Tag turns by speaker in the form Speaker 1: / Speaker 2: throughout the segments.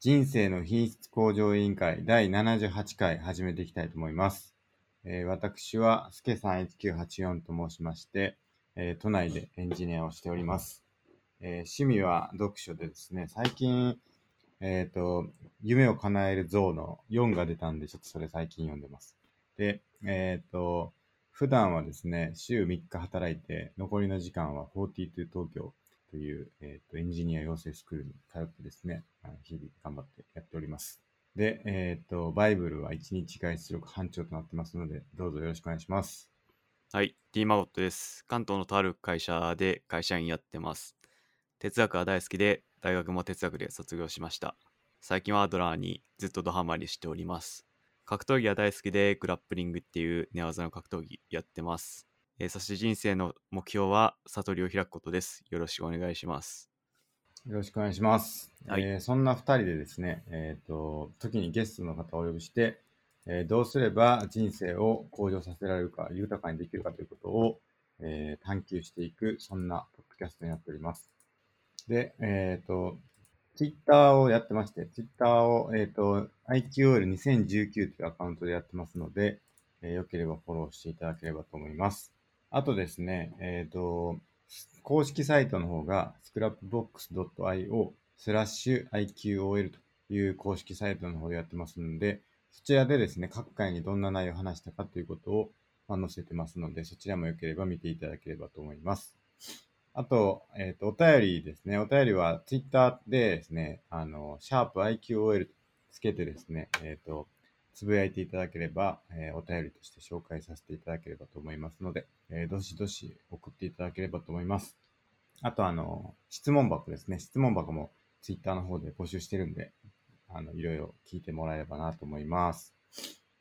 Speaker 1: 人生の品質向上委員会第78回始めていきたいと思います。えー私は、すけさん1984と申しまして、えー都内でエンジニアをしております。えー趣味は読書でですね、最近、えっ、と、夢を叶える像の4が出たんで、ちょっとそれ最近読んでます。で、えっ、と、普段はですね、週3日働いて、残りの時間は42東京という、えー、とエンジニア養成スクールに通ってですね、あの日々頑張ってやっております。で、えっ、と、バイブルは1日外出力班長となってますので、どうぞよろしくお願いします。
Speaker 2: はい、D マゴットです。関東のとある会社で会社員やってます。哲学は大好きで、大学も哲学で卒業しました。最近はアドラーにずっとドハマりしております。格闘技は大好きで、グラップリングっていう寝技の格闘技やってます。えーそして人生の目標は悟りを開くことです。よろしくお願いします。
Speaker 1: よろしくお願いします。
Speaker 2: はい
Speaker 1: えーそんな2人でですね、えっ、と、時にゲストの方をお呼びして、えーどうすれば人生を向上させられるか、豊かにできるかということを、えー探求していく、そんなポッドキャストになっております。で、えっ、と、Twitter をやってまして、Twitter を、えっ、と、IQL2019 というアカウントでやってますので、えーよければフォローしていただければと思います。あとですね、えっ、と、公式サイトの方が scrapbox.io スラッシュ IQOL という公式サイトの方でやってますので、そちらでですね、各回にどんな内容を話したかということをまあ載せてますので、そちらもよければ見ていただければと思います。あと、えっ、と、お便りですね。お便りは Twitter でですね、あの、シャープ IQOL つけてですね、えっ、と、つぶやいていただければ、えーお便りとして紹介させていただければと思いますので、えーどしどし送っていただければと思います。あと、あの、質問箱ですね。質問箱も Twitter の方で募集してるんで、あの、いろいろ聞いてもらえればなと思います。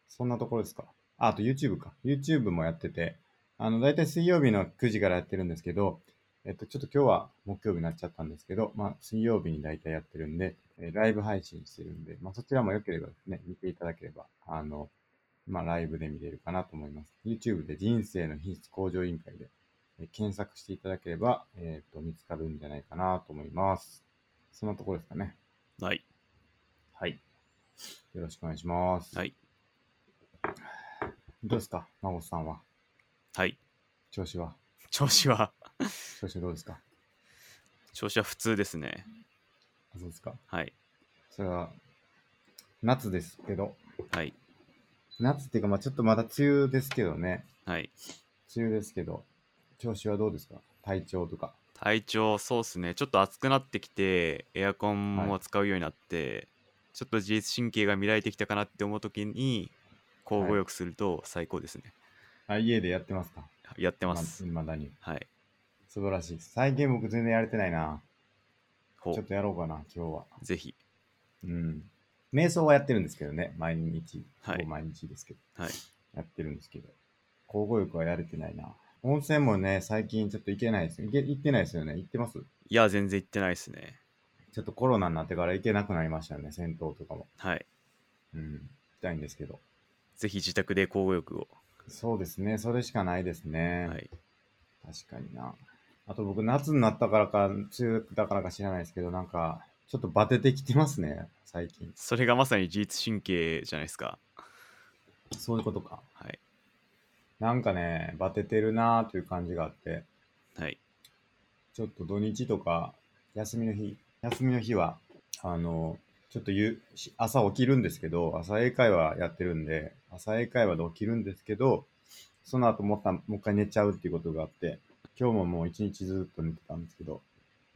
Speaker 1: そんなところですか。あ、あと YouTube か。YouTube もやってて、あの、だいたい水曜日の9時からやってるんですけど、えっと、ちょっと今日は木曜日になっちゃったんですけど、まあ、水曜日に大体やってるんで、えーライブ配信してるんで、まあ、そちらも良ければですね、見ていただければ、あの、まあ、ライブで見れるかなと思います。YouTube で人生の品質向上委員会で、えー検索していただければ、えっ、と、見つかるんじゃないかなと思います。そんなところですかね。
Speaker 2: はい、
Speaker 1: はい。よろしくお願いします。
Speaker 2: はい、
Speaker 1: どうですか孫さんは。
Speaker 2: はい。
Speaker 1: 調子は。
Speaker 2: 調子は、
Speaker 1: 調子どうですか
Speaker 2: 調子は普通ですね。
Speaker 1: あ、そうですか
Speaker 2: はい、
Speaker 1: それは、夏ですけど、
Speaker 2: はい、
Speaker 1: 夏っていうか、まあちょっとまだ梅雨ですけどね。
Speaker 2: はい。
Speaker 1: 梅雨ですけど、調子はどうですか体調とか。
Speaker 2: 体調そうっすねちょっと暑くなってきてエアコン
Speaker 1: はい
Speaker 2: も使うようになって、ちょっと自律神経が乱れてきたかなって思う時に交互浴すると最高ですね、
Speaker 1: あ、家でやってますか
Speaker 2: やってます、
Speaker 1: ままだに。
Speaker 2: はい
Speaker 1: 素晴らしいです。最近僕全然やれてないな。
Speaker 2: ほ
Speaker 1: ちょっ
Speaker 2: う
Speaker 1: とやろうかな、今日は。
Speaker 2: ぜひ
Speaker 1: うん。瞑想はやってるんですけどね。毎日。
Speaker 2: はい
Speaker 1: ほぼ毎日ですけど。
Speaker 2: はい
Speaker 1: やってるんですけど。交互浴はやれてないな。温泉もね、最近ちょっと行けないです。行け行ってないですよね。行ってます
Speaker 2: いや全然行ってないですね
Speaker 1: ちょっとコロナになってから行けなくなりましたよね。銭湯とかも。
Speaker 2: はい
Speaker 1: うん。行きたいんですけど。
Speaker 2: ぜひ自宅で交互浴を、
Speaker 1: そうですね。それしかないですね。
Speaker 2: はい、
Speaker 1: 確かにな。あと僕、夏になったからか、梅雨だからか知らないですけど、なんか、ちょっとバテてきてますね、最近。
Speaker 2: それがまさに自律神経じゃないですか
Speaker 1: そういうことか。
Speaker 2: はい
Speaker 1: なんかね、バテてるなーという感じがあって、
Speaker 2: はい
Speaker 1: ちょっと土日とか、休みの日、休みの日は、あの、ちょっとゆし朝起きるんですけど、朝英会話やってるんで、朝英会話で起きるんですけど、その後もったもう一回寝ちゃうっていうことがあって、今日ももう一日ずっと寝てたんですけど、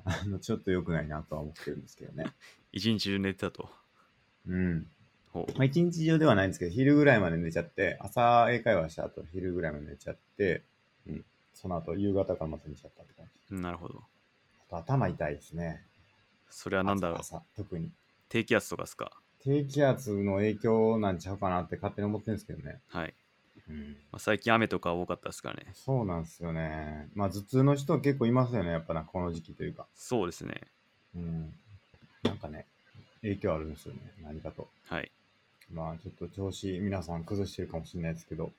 Speaker 1: あの、ちょっと良くないなとは思ってるんですけどね。
Speaker 2: 一日中寝てたと
Speaker 1: うん。
Speaker 2: ほう
Speaker 1: まあ、一日中ではないんですけど、昼ぐらいまで寝ちゃって、朝英会話した後、昼ぐらいまで寝ちゃって、うん、その後、夕方からまた寝ちゃったって感じ。
Speaker 2: なるほど
Speaker 1: あと頭痛いですね。
Speaker 2: それは何だろう
Speaker 1: 朝朝特に。
Speaker 2: 低気圧とかですか
Speaker 1: 低気圧の影響なんちゃうかなって勝手に思ってるんですけどね。
Speaker 2: はい、
Speaker 1: うん。
Speaker 2: まあ、最近雨とか多かったですからね
Speaker 1: そうなんですよね。まあ、頭痛の人結構いますよね。やっぱな、この時期というか。
Speaker 2: そうですね
Speaker 1: うん。なんかね、影響あるんですよね。何かと。
Speaker 2: はい
Speaker 1: まあちょっと調子皆さん崩してるかもしれないですけど、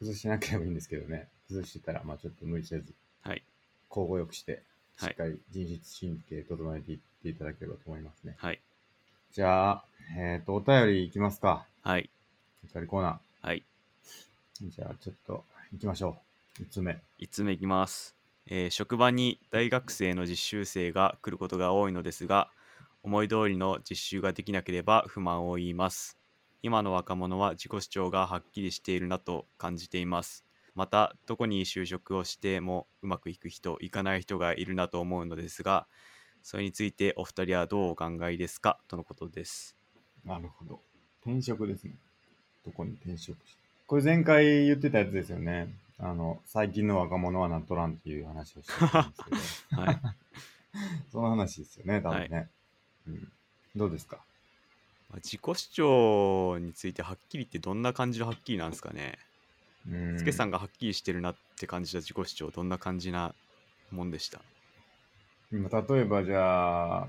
Speaker 1: 崩してなければいいんですけどね、崩してたらまあちょっと無理せず、
Speaker 2: はい
Speaker 1: 交互よくして、し
Speaker 2: はい
Speaker 1: っかり人質神経整えていっていただければと思いますね。
Speaker 2: はい
Speaker 1: じゃあ、えっ、と、お便りいきますか。
Speaker 2: はい。
Speaker 1: お便りコーナ
Speaker 2: はい。
Speaker 1: ー。じゃあ、ちょっと、行きましょう。5つ目。
Speaker 2: 5つ目いきます、えー職場に大学生の実習生が来ることが多いのですが思い通りの実習ができなければ不満を言います今の若者は自己主張がはっきりしているなと感じていますまたどこに就職をしてもうまくいく人いかない人がいるなと思うのですがそれについてお二人はどうお考えですかとのことです
Speaker 1: なるほど。転職ですね。どこに転職しこれ前回言ってたやつですよね。あの、最近の若者はなっとらんっていう話をしてたんですけ ど、
Speaker 2: はい
Speaker 1: その話ですよね、多分ね。うん。どうですか
Speaker 2: まあ自己主張についてはっきりってどんな感じのはっきりなんですかね
Speaker 1: うん。
Speaker 2: スケさ
Speaker 1: ん。
Speaker 2: んがはっきりしてるなって感じた自己主張どんな感じなもんでした
Speaker 1: 今、例えばじゃあ、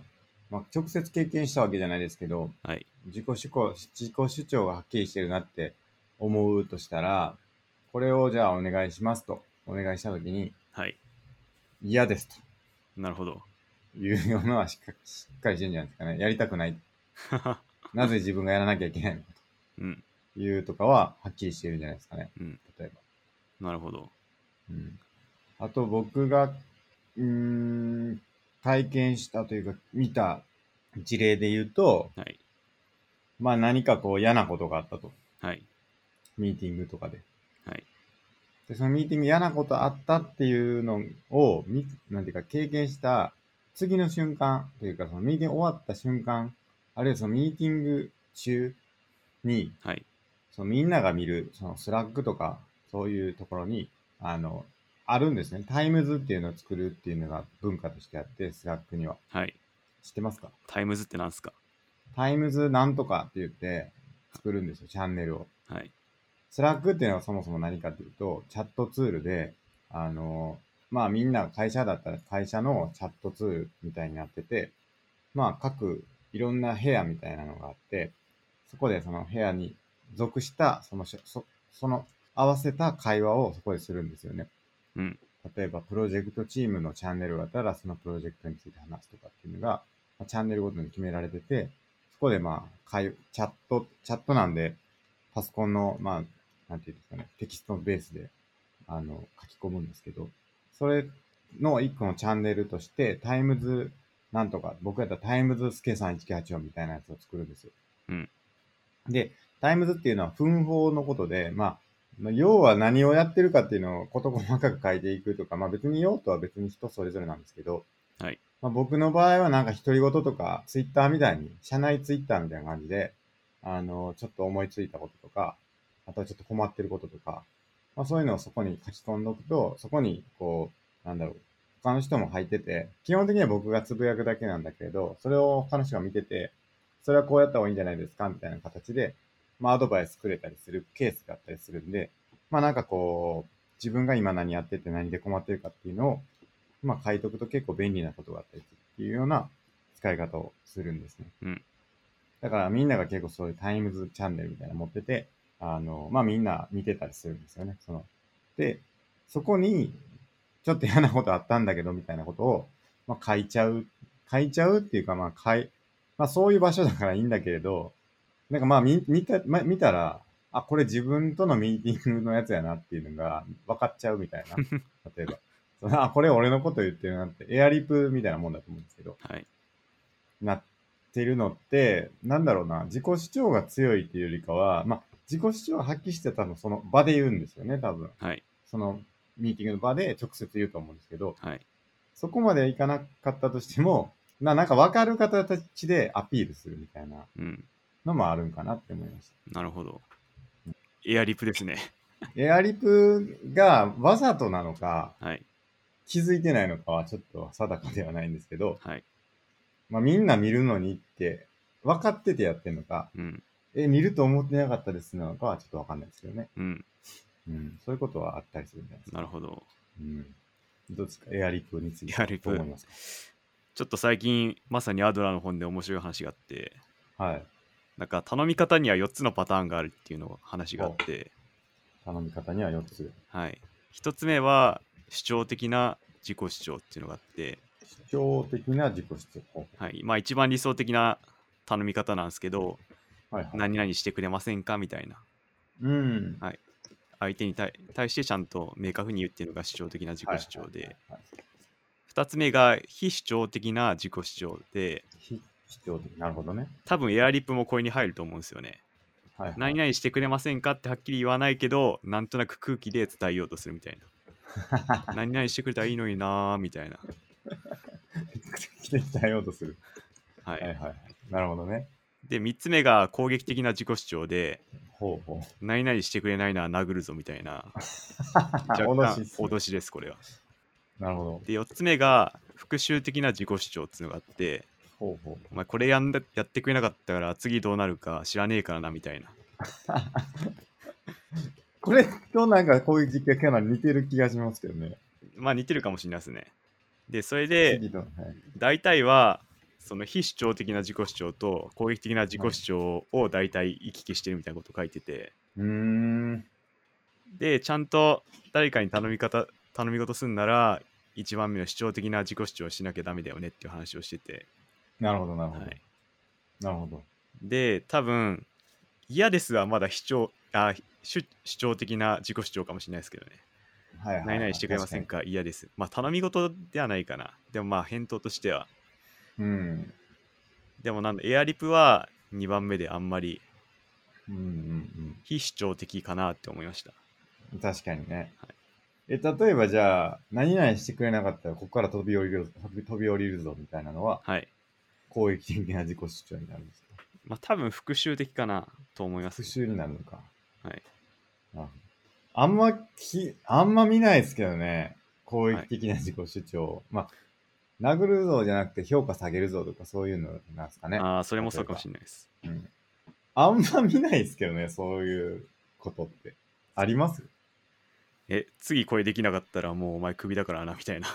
Speaker 1: まあ、直接経験したわけじゃないですけど、
Speaker 2: はい
Speaker 1: 自己主張、自己主張がはっきりしてるなって思うとしたら、これをじゃあお願いしますと、お願いしたときに、
Speaker 2: はい
Speaker 1: 嫌ですと。
Speaker 2: なるほど
Speaker 1: いうようのはしっかしっかりしてるんじゃないですかね。やりたくない。なぜ自分がやらなきゃいけないのか
Speaker 2: うん
Speaker 1: というとかは、はっきりしてるんじゃないですかね。
Speaker 2: うん
Speaker 1: 例えば。
Speaker 2: なるほど
Speaker 1: うん、あと、僕が、うーん、体験したというか、見た事例で言うと、
Speaker 2: はい
Speaker 1: まあ何かこう嫌なことがあったと。
Speaker 2: はい
Speaker 1: ミーティングとかで。
Speaker 2: はい
Speaker 1: で、そのミーティング嫌なことあったっていうのを、みなんていうか、経験した次の瞬間というか、そのミーティング終わった瞬間、あるいはそのミーティング中に、
Speaker 2: はい
Speaker 1: そのみんなが見る、そのスラックとか、そういうところに、あの、あるんですね。タイムズっていうのを作るっていうのが文化としてあって、スラックには。
Speaker 2: はい
Speaker 1: 知ってますか
Speaker 2: タイムズってなんすか
Speaker 1: タイムズなんとかって言って作るんですよ、チャンネルを。
Speaker 2: はい
Speaker 1: スラックっていうのはそもそも何かっていうと、チャットツールで、あの、まあみんな会社だったら会社のチャットツールみたいになってて、まあ各いろんな部屋みたいなのがあって、そこでその部屋に属した、そのし、そその合わせた会話をそこでするんですよね。
Speaker 2: うん
Speaker 1: 例えばプロジェクトチームのチャンネルがあったら、そのプロジェクトについて話すとかっていうのが、まあチャンネルごとに決められてて、そこでまあ、会チャット、チャットなんで、パソコンの、まあ、なんていうんですかね、テキストベースで、あの、書き込むんですけど、それの一個のチャンネルとして、タイムズ、なんとか、僕やったらタイムズスケ3198みたいなやつを作るんですよ。
Speaker 2: うん
Speaker 1: で、タイムズっていうのは分法のことで、まあ、まあ要は何をやってるかっていうのを事細かく書いていくとか、まあ別に用途は別に人それぞれなんですけど、
Speaker 2: はい
Speaker 1: まあ、僕の場合はなんか独り言とか、ツイッターみたいに、社内ツイッターみたいな感じで、あの、ちょっと思いついたこととか、あとはちょっと困ってることとか、まあそういうのをそこに書き込んどくと、そこにこう、なんだろう、他の人も入ってて、基本的には僕がつぶやくだけなんだけれど、それを他の人が見てて、それはこうやった方がいいんじゃないですかみたいな形で、まあアドバイスくれたりするケースがあったりするんで、まあなんかこう、自分が今何やってて何で困ってるかっていうのを、まあ書いとくと結構便利なことがあったりするっていうような使い方をするんですね。
Speaker 2: うん
Speaker 1: だからみんなが結構そういうタイムズチャンネルみたいなの持ってて、あの、まあみんな見てたりするんですよね。その、で、そこに、ちょっと嫌なことあったんだけどみたいなことを、まあ書いちゃう、書いちゃうっていうかまあ書い、まあそういう場所だからいいんだけれど、なんかまあ見見た、まあ、見たら、あ、これ自分とのミーティングのやつやなっていうのが分かっちゃうみたいな。例えば。そのあ、これ俺のこと言ってるなって、エアリプみたいなもんだと思うんですけど、
Speaker 2: はい
Speaker 1: なってるのって、なんだろうな、自己主張が強いっていうよりかは、まあ、自己主張を発揮して多分その場で言うんですよね、多分。
Speaker 2: はい
Speaker 1: そのミーティングの場で直接言うと思うんですけど、
Speaker 2: はい
Speaker 1: そこまでいかなかったとしても、ななんか分かる形でアピールするみたいな
Speaker 2: うん
Speaker 1: のもあるんかなって思いました。
Speaker 2: なるほどエアリップですね
Speaker 1: エアリプがわざとなのか、
Speaker 2: はい
Speaker 1: 気づいてないのかはちょっと定かではないんですけど、
Speaker 2: はい
Speaker 1: まあ、みんな見るのにって、分かっててやってんのか、
Speaker 2: うん
Speaker 1: え、見ると思ってなかったですなのかはちょっと分かんないですけどね。
Speaker 2: うん
Speaker 1: うん。そういうことはあったりするんじゃないですか。
Speaker 2: なるほど
Speaker 1: うん。どうですかエアリップについて。
Speaker 2: エアリップ
Speaker 1: どう思います
Speaker 2: ちょっと最近まさにアドラーの本で面白い話があって
Speaker 1: かはい。
Speaker 2: なんか頼み方には4つのパターンがあるっていうのを話があって
Speaker 1: 頼み方には4つ。
Speaker 2: はい、1つ目は主張的な自己主張っていうのがあって、
Speaker 1: 主張的な自己主張。
Speaker 2: はいまあ、一番理想的な頼み方なんですけど、
Speaker 1: はいはい。
Speaker 2: 何々してくれませんかみたいな。
Speaker 1: うん。
Speaker 2: はい相手に対対してちゃんと明確に言うっていうのが主張的な自己主
Speaker 1: は
Speaker 2: 張で、
Speaker 1: いはいはいはい
Speaker 2: 2つ目が非主張的な自己主張で、
Speaker 1: 非主張的。なるほどね。
Speaker 2: 多分エアリップもこれに入ると思うんですよね。
Speaker 1: はい、はい。
Speaker 2: 何々してくれませんかってはっきり言わないけど、なんとなく空気で伝えようとするみたい な。何々してくれたらいいのになーみたいな。
Speaker 1: 来て伝えようとする。
Speaker 2: は
Speaker 1: はい
Speaker 2: い。
Speaker 1: はい。なるほどね。
Speaker 2: で、3つ目が攻撃的な自己主張で、
Speaker 1: ほうほう。
Speaker 2: 何々してくれないなら殴るぞみた いな。若干
Speaker 1: 脅しっすね
Speaker 2: 脅しです、これは。
Speaker 1: なるほど。
Speaker 2: で、4つ目が復讐的な自己主張っていうのがあって、
Speaker 1: ほうほ
Speaker 2: お前これやんだやってくれなかったから次どうなるか知らねえからなみたいな。
Speaker 1: う。これとなんかこういう実験かなり似てる気がしますけどね。
Speaker 2: まあ似てるかもしれないですね。で、それ
Speaker 1: え
Speaker 2: で
Speaker 1: はい、
Speaker 2: 大体はその非主張的な自己主張と攻撃的な自己主張を大体行き来してるみたいなこと書いてて、
Speaker 1: うーん。
Speaker 2: で、ちゃんと誰かに頼み方、頼み事すんなら、一番目の主張的な自己主張をしなきゃダメだよねっていう話をしてて、
Speaker 1: なるほど、なるほ
Speaker 2: は
Speaker 1: ど。
Speaker 2: い、
Speaker 1: なるほど。
Speaker 2: で、多分嫌ですはまだ主張あ主主張的な自己主張かもしれないですけどね。
Speaker 1: はい、はい。
Speaker 2: 何々してくれません
Speaker 1: 確
Speaker 2: か嫌です。まあ頼み事ではないかな。でもまあ返答としては。
Speaker 1: かに。うん。
Speaker 2: でもなんだ、エアリプは2番目であんまり
Speaker 1: うんうん
Speaker 2: 非主張的かなって思いました。
Speaker 1: うん。確かにね。
Speaker 2: はい
Speaker 1: え、例えばじゃあ、何々してくれなかったら、ここから飛び降りるぞ、飛び飛び降りるぞみたいなのは、
Speaker 2: はい。
Speaker 1: 攻撃的な自己主張になるんですか
Speaker 2: まあ多分復讐的かなと思います
Speaker 1: 復。讐になるのか。な
Speaker 2: はい。
Speaker 1: るほどあんまき、あんま見ないですけどね。攻撃的な自己主張。まあ、殴るぞじゃなくて評価下げるぞとかそういうのなんですかね。
Speaker 2: ああ、それもそうかもしれないです。
Speaker 1: うんあんま見ないですけどね、そういうことって。あります
Speaker 2: え、次これできなかったらもうお前クビだからなみたいな。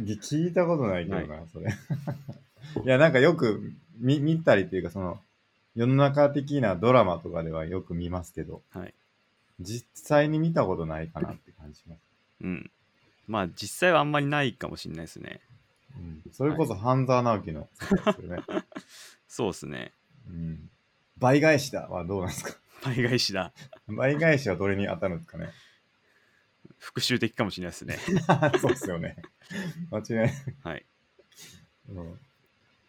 Speaker 1: ぎ聞いたことないけどな、それ。 いや、なんかよく見見たりというか、その、世の中的なドラマとかではよく見ますけど、
Speaker 2: はい。
Speaker 1: 実際に見たことないかなって感じします。
Speaker 2: うん。まあ実際はあんまりないかもしれないですね。
Speaker 1: うん、それこそ半沢直樹の世界です よね。
Speaker 2: そうですね。
Speaker 1: うん倍返しだはどうなんですか
Speaker 2: 倍返しだ。
Speaker 1: 倍返しはどれに当たるんですかね
Speaker 2: 復讐的かもしれないです ね。
Speaker 1: そうっすよね。 間違いない。
Speaker 2: はい。
Speaker 1: うん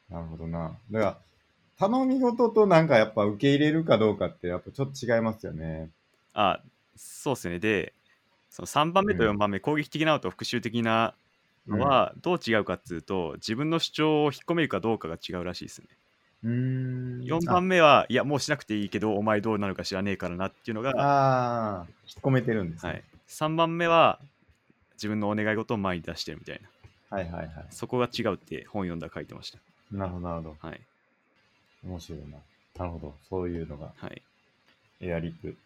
Speaker 1: なるほどな。だから、頼み事となんかやっぱ受け入れるかどうかってやっぱちょっと違いますよね。
Speaker 2: あそうですね。で、その3番目と
Speaker 1: うん
Speaker 2: 4番目、攻撃的なのと復讐的な
Speaker 1: う
Speaker 2: の
Speaker 1: ん、
Speaker 2: はどう違うかっていうと、自分の主張を引っ込めるかどうかが違うらしいですね。
Speaker 1: うーん。
Speaker 2: 4番目は、いや、もうしなくていいけど、お前どうなるか知らねえからなっていうのが、
Speaker 1: ああー、引っ込めてるんです、
Speaker 2: は
Speaker 1: ね
Speaker 2: い、3番目は、自分のお願い事を前に出してるみたいな。
Speaker 1: はい、はいはいは
Speaker 2: そこが違うって本読んだら書いてまし
Speaker 1: いなるほど、なるほど。
Speaker 2: た。はい。
Speaker 1: 面白いな。なるほど。そういうのが
Speaker 2: はい。
Speaker 1: エアリップ。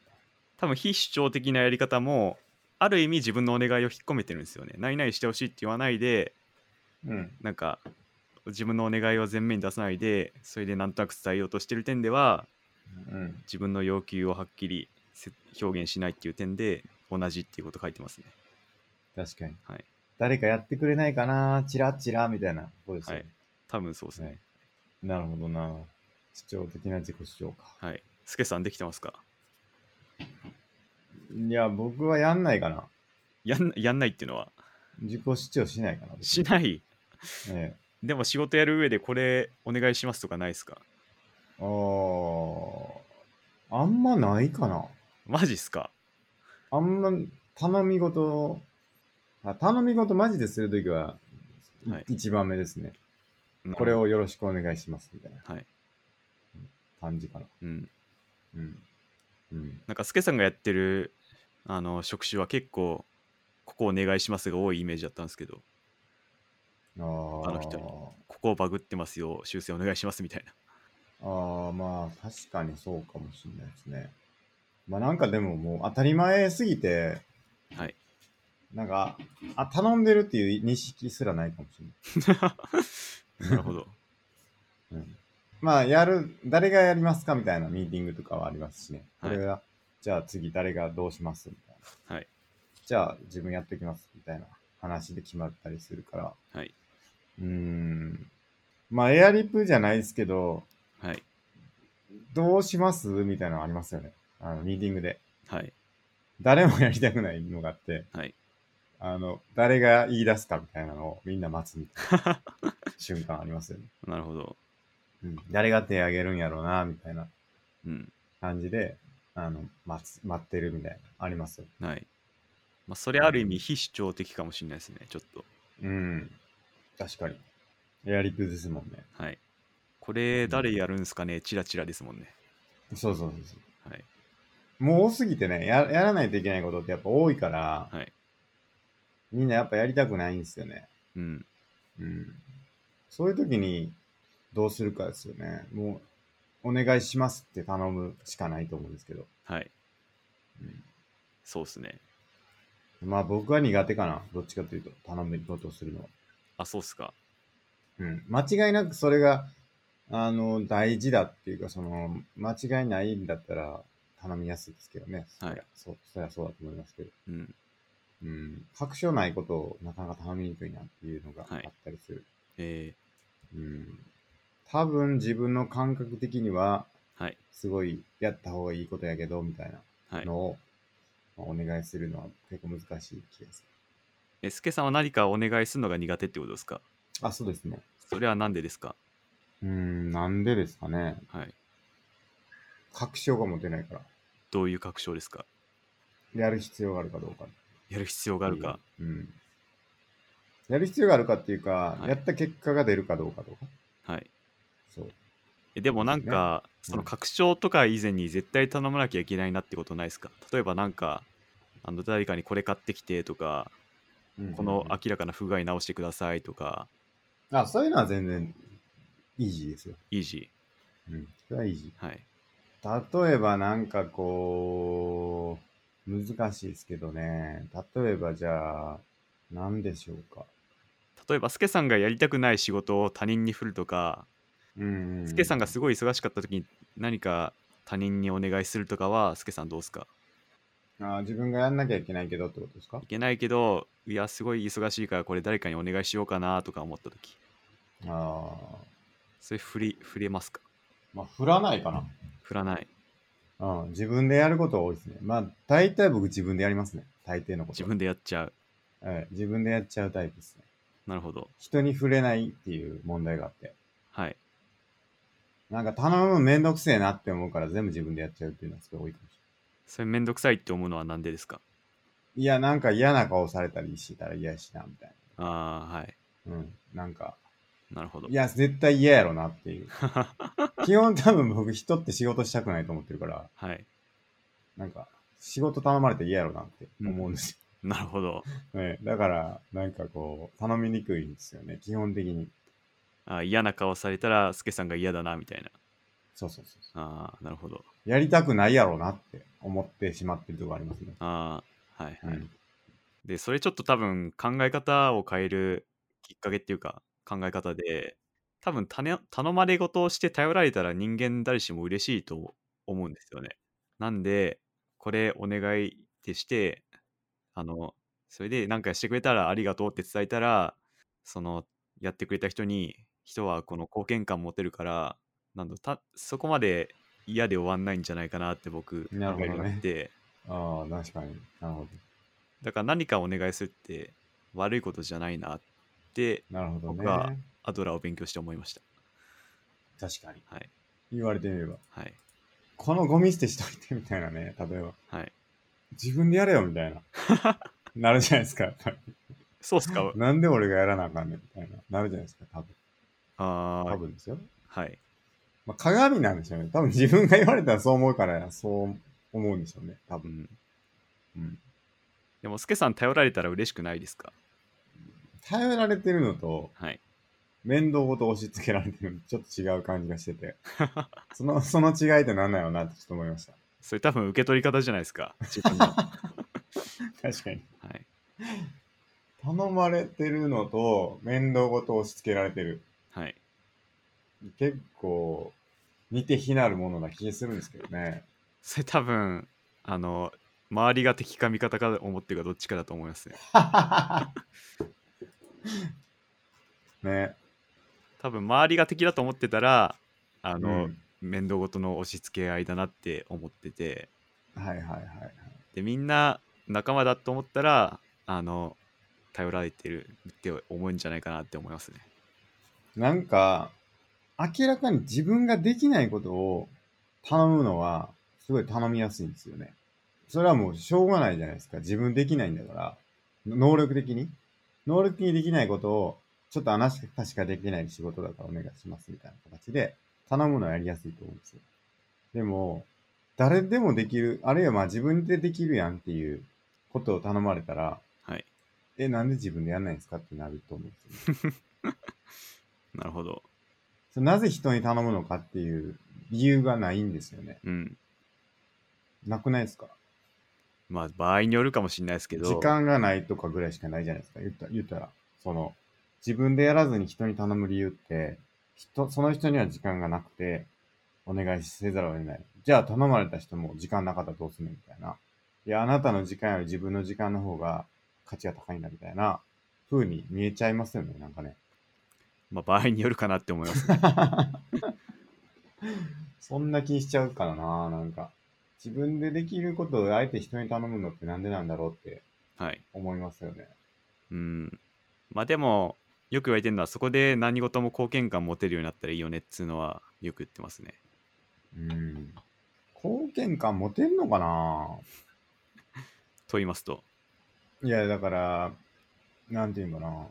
Speaker 2: 多分、非主張的なやり方も、ある意味自分のお願いを引っ込めてるんですよね。何々してほしいって言わないで、
Speaker 1: うん。
Speaker 2: なんか自分のお願いを前面に出さないでそれでなんとなく伝えようとしてる点では
Speaker 1: うん。
Speaker 2: 自分の要求をはっきりせ表現しないっていう点で同じっていうこと書いてますね
Speaker 1: 確かに。
Speaker 2: はい
Speaker 1: 誰かやってくれないかな、チラッチラみたいな。そうですよね。
Speaker 2: はい多分そうですね
Speaker 1: なるほどな。主張的な自己主張か。
Speaker 2: はいスケさんできてますか
Speaker 1: いや、僕はやんないかな。
Speaker 2: やんやんないっていうのは
Speaker 1: 自己主張しないかな。
Speaker 2: しない
Speaker 1: え
Speaker 2: でも仕事やる上でこれお願いしますとかないですか
Speaker 1: え、あーあんまないかな。
Speaker 2: マジっすか
Speaker 1: あんま頼み事をあ頼み事マジでするときは、
Speaker 2: はい
Speaker 1: 一番目ですね。これをよろしくお願いしますみたいな
Speaker 2: はい
Speaker 1: 感じかな。
Speaker 2: うん
Speaker 1: うん。うん。
Speaker 2: なんかスケさんがやってるあの職種は結構ここお願いしますが多いイメージだったんですけど
Speaker 1: ああ。
Speaker 2: 他の人にここをバグってますよ修正お願いしますみたいな
Speaker 1: ああ、まあ、確かにそうかもしれないですね。まあ、なんかでももう当たり前すぎて、
Speaker 2: はい。
Speaker 1: なんか、あ、頼んでるっていう認識すらないかもし
Speaker 2: なるほど。
Speaker 1: れない。うん、まあ、やる、誰がやりますかみたいなミーティングとかはありますしね。こ
Speaker 2: はい
Speaker 1: れが、じゃあ次誰がどうしますみたいな。
Speaker 2: はい。
Speaker 1: じゃあ自分やってきますみたいな話で決まったりするから。
Speaker 2: はい。
Speaker 1: うーん。まあ、エアリップじゃないですけど、
Speaker 2: はい。
Speaker 1: どうしますみたいなのありますよね。あの、ミーティングで。
Speaker 2: はい。
Speaker 1: 誰もやりたくないのがあって、
Speaker 2: はい。
Speaker 1: あの、誰が言い出すかみたいなのをみんな待つみたいな瞬間ありますよね。
Speaker 2: なるほど。
Speaker 1: うん、誰が手挙げるんやろうな、みたいな
Speaker 2: うん。
Speaker 1: 感じで、あの、待つ、待ってるみたいな、ありますよ。
Speaker 2: はい。まあ、それある意味非主張的かもしれないですね、ちょっと。
Speaker 1: うん。確かに。エアリップですもんね。
Speaker 2: はい。これ、誰やるんすかね、チラチラですもんね。
Speaker 1: そうそうそうそう。
Speaker 2: はい。
Speaker 1: もう多すぎてねや、やらないといけないことってやっぱ多いから、
Speaker 2: はい。
Speaker 1: みんなやっぱやりたくないんですよね。
Speaker 2: うん。
Speaker 1: うん。そういう時にどうするかですよね。もう、お願いしますって頼むしかないと思うんですけど。
Speaker 2: はい。
Speaker 1: うん
Speaker 2: そうですね。
Speaker 1: まあ僕は苦手かな。どっちかというと、頼むことをするのは。
Speaker 2: あ、そうっすか。
Speaker 1: うん。間違いなくそれが、あの、大事だっていうか、その、間違いないんだったら頼みやすいですけどね。そりゃ
Speaker 2: はい
Speaker 1: そう、そりゃそうだと思いますけど。
Speaker 2: うん。
Speaker 1: うん。確証ないことをなかなか頼みにくいなっていうのがあ
Speaker 2: はい
Speaker 1: ったりする。
Speaker 2: え
Speaker 1: うん。多分自分の感覚的には、
Speaker 2: ー、はい。
Speaker 1: すごいやった方がいいことやけど、みたい
Speaker 2: は。
Speaker 1: ないのを、まあお願いするのは結構難しい気がす
Speaker 2: え、すけさんは何かお願いするのが苦手ってことですか
Speaker 1: る。あ、そうですね。
Speaker 2: それはなんでですか
Speaker 1: うーん、なんでですかね。
Speaker 2: はい。
Speaker 1: 確証が持てないから。
Speaker 2: どういう確証ですか
Speaker 1: やる必要があるかどうか。
Speaker 2: やる必要があるか。
Speaker 1: うん。やる必要があるかっていうか、
Speaker 2: はい
Speaker 1: やった結果が出るかどうかとか。
Speaker 2: はい。
Speaker 1: そう。
Speaker 2: えでもなんか、
Speaker 1: すね
Speaker 2: その
Speaker 1: うん
Speaker 2: 確証とか以前に絶対頼まなきゃいけないなってことないですか例えばなんか、あの誰かにこれ買ってきてとか、
Speaker 1: うん
Speaker 2: この明らかな不具合直してくださいとか、
Speaker 1: あ、そういうのは全然、イージーですよ。
Speaker 2: イージ
Speaker 1: うん。それはイージー。
Speaker 2: ー。はい。
Speaker 1: 例えばなんかこう、難しいですけどね。例えばじゃあ、何でしょうか。
Speaker 2: 例えば、スケさんがやりたくない仕事を他人に振るとか、
Speaker 1: うん、うん。
Speaker 2: スケさんがすごい忙しかった時に何か他人にお願いするとかは、スケさんどうですか
Speaker 1: あー自分がやんなきゃいけないけどってことですか
Speaker 2: いけないけど、いや、すごい忙しいからこれ誰かにお願いしようかなとか思った時、
Speaker 1: ああ。
Speaker 2: それ振り、振れますか
Speaker 1: まあ、振らないかな。
Speaker 2: 振らない。
Speaker 1: うん、自分でやることが多いですね。まあ、大体僕自分でやりますね。大抵のこと。
Speaker 2: 自分でやっちゃう。
Speaker 1: はい、自分でやっちゃうタイプですね。
Speaker 2: なるほど。
Speaker 1: 人に触れないっていう問題があって。
Speaker 2: はい。
Speaker 1: なんか頼むのめんどくせえなって思うから全部自分でやっちゃうっていうのはすごい多いかもしれ
Speaker 2: それめんどくさいって思うのはなんでですか
Speaker 1: ない。いや、なんか嫌な顔されたりしたら嫌やしな、みたい
Speaker 2: ああ、はい。
Speaker 1: な。うん。なんか、
Speaker 2: なるほど
Speaker 1: い。や、絶対嫌やろなっていう。基本多分僕人って仕事したくないと思ってるから、
Speaker 2: はい。
Speaker 1: なんか、仕事頼まれて嫌やろなって思うんですよ
Speaker 2: なるほど。
Speaker 1: ね、だから、なんかこう、頼みにくいんですよね、基本的に。
Speaker 2: あー嫌な顔されたら、スケさんが嫌だな、みたいな。
Speaker 1: そうそうそうそ
Speaker 2: ああ、なるほど。
Speaker 1: う。やりたくないやろうなって思ってしまってるとこありますね。
Speaker 2: ああ、はいはい。
Speaker 1: うん
Speaker 2: で、それちょっと多分考え方を変えるきっかけっていうか、考え方で、多分たね頼まれ事をして頼られたら人間誰しも嬉しいと思うんですよね。なんで、これお願いってして、あの、それで何かしてくれたらありがとうって伝えたら、その、やってくれた人に、人はこの貢献感持てるから、なんだたそこまで嫌で終わんないんじゃないかなって僕、
Speaker 1: なるほどね
Speaker 2: 考えて
Speaker 1: ああ、確かに。なるほ
Speaker 2: だから何かお願いするって悪いことじゃないなって
Speaker 1: ど。なるほど
Speaker 2: 僕は
Speaker 1: ね。
Speaker 2: アドラーを勉強して思いました。
Speaker 1: 確かに。
Speaker 2: はい
Speaker 1: 言われてみれば。
Speaker 2: はい
Speaker 1: このゴミ捨てしといてみたいなね、例えば。
Speaker 2: はい。
Speaker 1: 自分でやれよみたいな。なるじゃないですか、やっぱり
Speaker 2: そうっすか
Speaker 1: なんで俺がやらなあかんねんみたいな。なるじゃないですか、多分。
Speaker 2: あ
Speaker 1: 多
Speaker 2: ー
Speaker 1: 分ですよ。
Speaker 2: はい。
Speaker 1: まあ、鏡なんでしょうね。多分自分が言われたらそう思うから、そう思うんでしょうね、多
Speaker 2: う
Speaker 1: 分。
Speaker 2: ん、
Speaker 1: うん。
Speaker 2: でも、スケさん頼られたら嬉しくないですか
Speaker 1: 頼られてるのと、
Speaker 2: はい。
Speaker 1: 面倒ごと押し付けられてるのちょっと違う感じがして てそのその違いって何なのなってちょっと思いました
Speaker 2: それ多分受け取り方じゃないですか。自分 の。は
Speaker 1: 確かに
Speaker 2: い。
Speaker 1: 頼まれてるのと面倒ごと押し付けられてる
Speaker 2: はい。
Speaker 1: 結構似て非なるものな気がするんですけどね
Speaker 2: それ多分、あの、周りが敵か味方か思ってるかどっちかだと思いますね。
Speaker 1: ね
Speaker 2: 多分、周りが敵だと思ってたら、あ
Speaker 1: う
Speaker 2: の、
Speaker 1: ん
Speaker 2: 面倒ごとの押し付け合いだなって思ってて
Speaker 1: はいはいはい。
Speaker 2: でみんな仲間だと思ったらあの頼られてるって思うんじゃないかなって思いますね。
Speaker 1: なんか、明らかに自分ができないことを頼むのは、すごい頼みやすいんですよね。それはもうしょうがないじゃないですか。自分できないんだから、能力的に。能力的にできないことを、ちょっとあなたしかできない仕事だからお願いしますみたいな形で、頼むのはやりやすいと思うんですよ。でも、誰でもできる、あるいはまあ自分でできるやんっていうことを頼まれたら、
Speaker 2: はい、
Speaker 1: え、なんで自分でやんないんですかってなると思うんですよね。
Speaker 2: なるほど。
Speaker 1: それなぜ人に頼むのかっていう理由がないんですよね。
Speaker 2: うん。
Speaker 1: なくないですか
Speaker 2: まあ場合によるかもしれないですけど
Speaker 1: 時間がないとかぐらいしかないじゃないですか。言った言ったら、その、自分でやらずに人に頼む理由って、人、その人には時間がなくて、お願いせざるを得ない。じゃあ頼まれた人も時間なかったらどうすんねんみたいな。いや、あなたの時間より自分の時間の方が価値が高いんだみたいな風に見えちゃいますよね、なんかね。
Speaker 2: まあ、場合によるかなって思 います、
Speaker 1: そんな気しちゃうからな、なんか。自分でできることをあえて人に頼むのってなんでなんだろうって
Speaker 2: はい。
Speaker 1: 思いますよね。
Speaker 2: うん。まあでも、よく言われてるのは、そこで何事も貢献感持てるようになったらいいよねっつうのは、よく言ってますね。
Speaker 1: うん。貢献感持てんのかな
Speaker 2: と言いますと、
Speaker 1: いや、だから、なんていうのかな。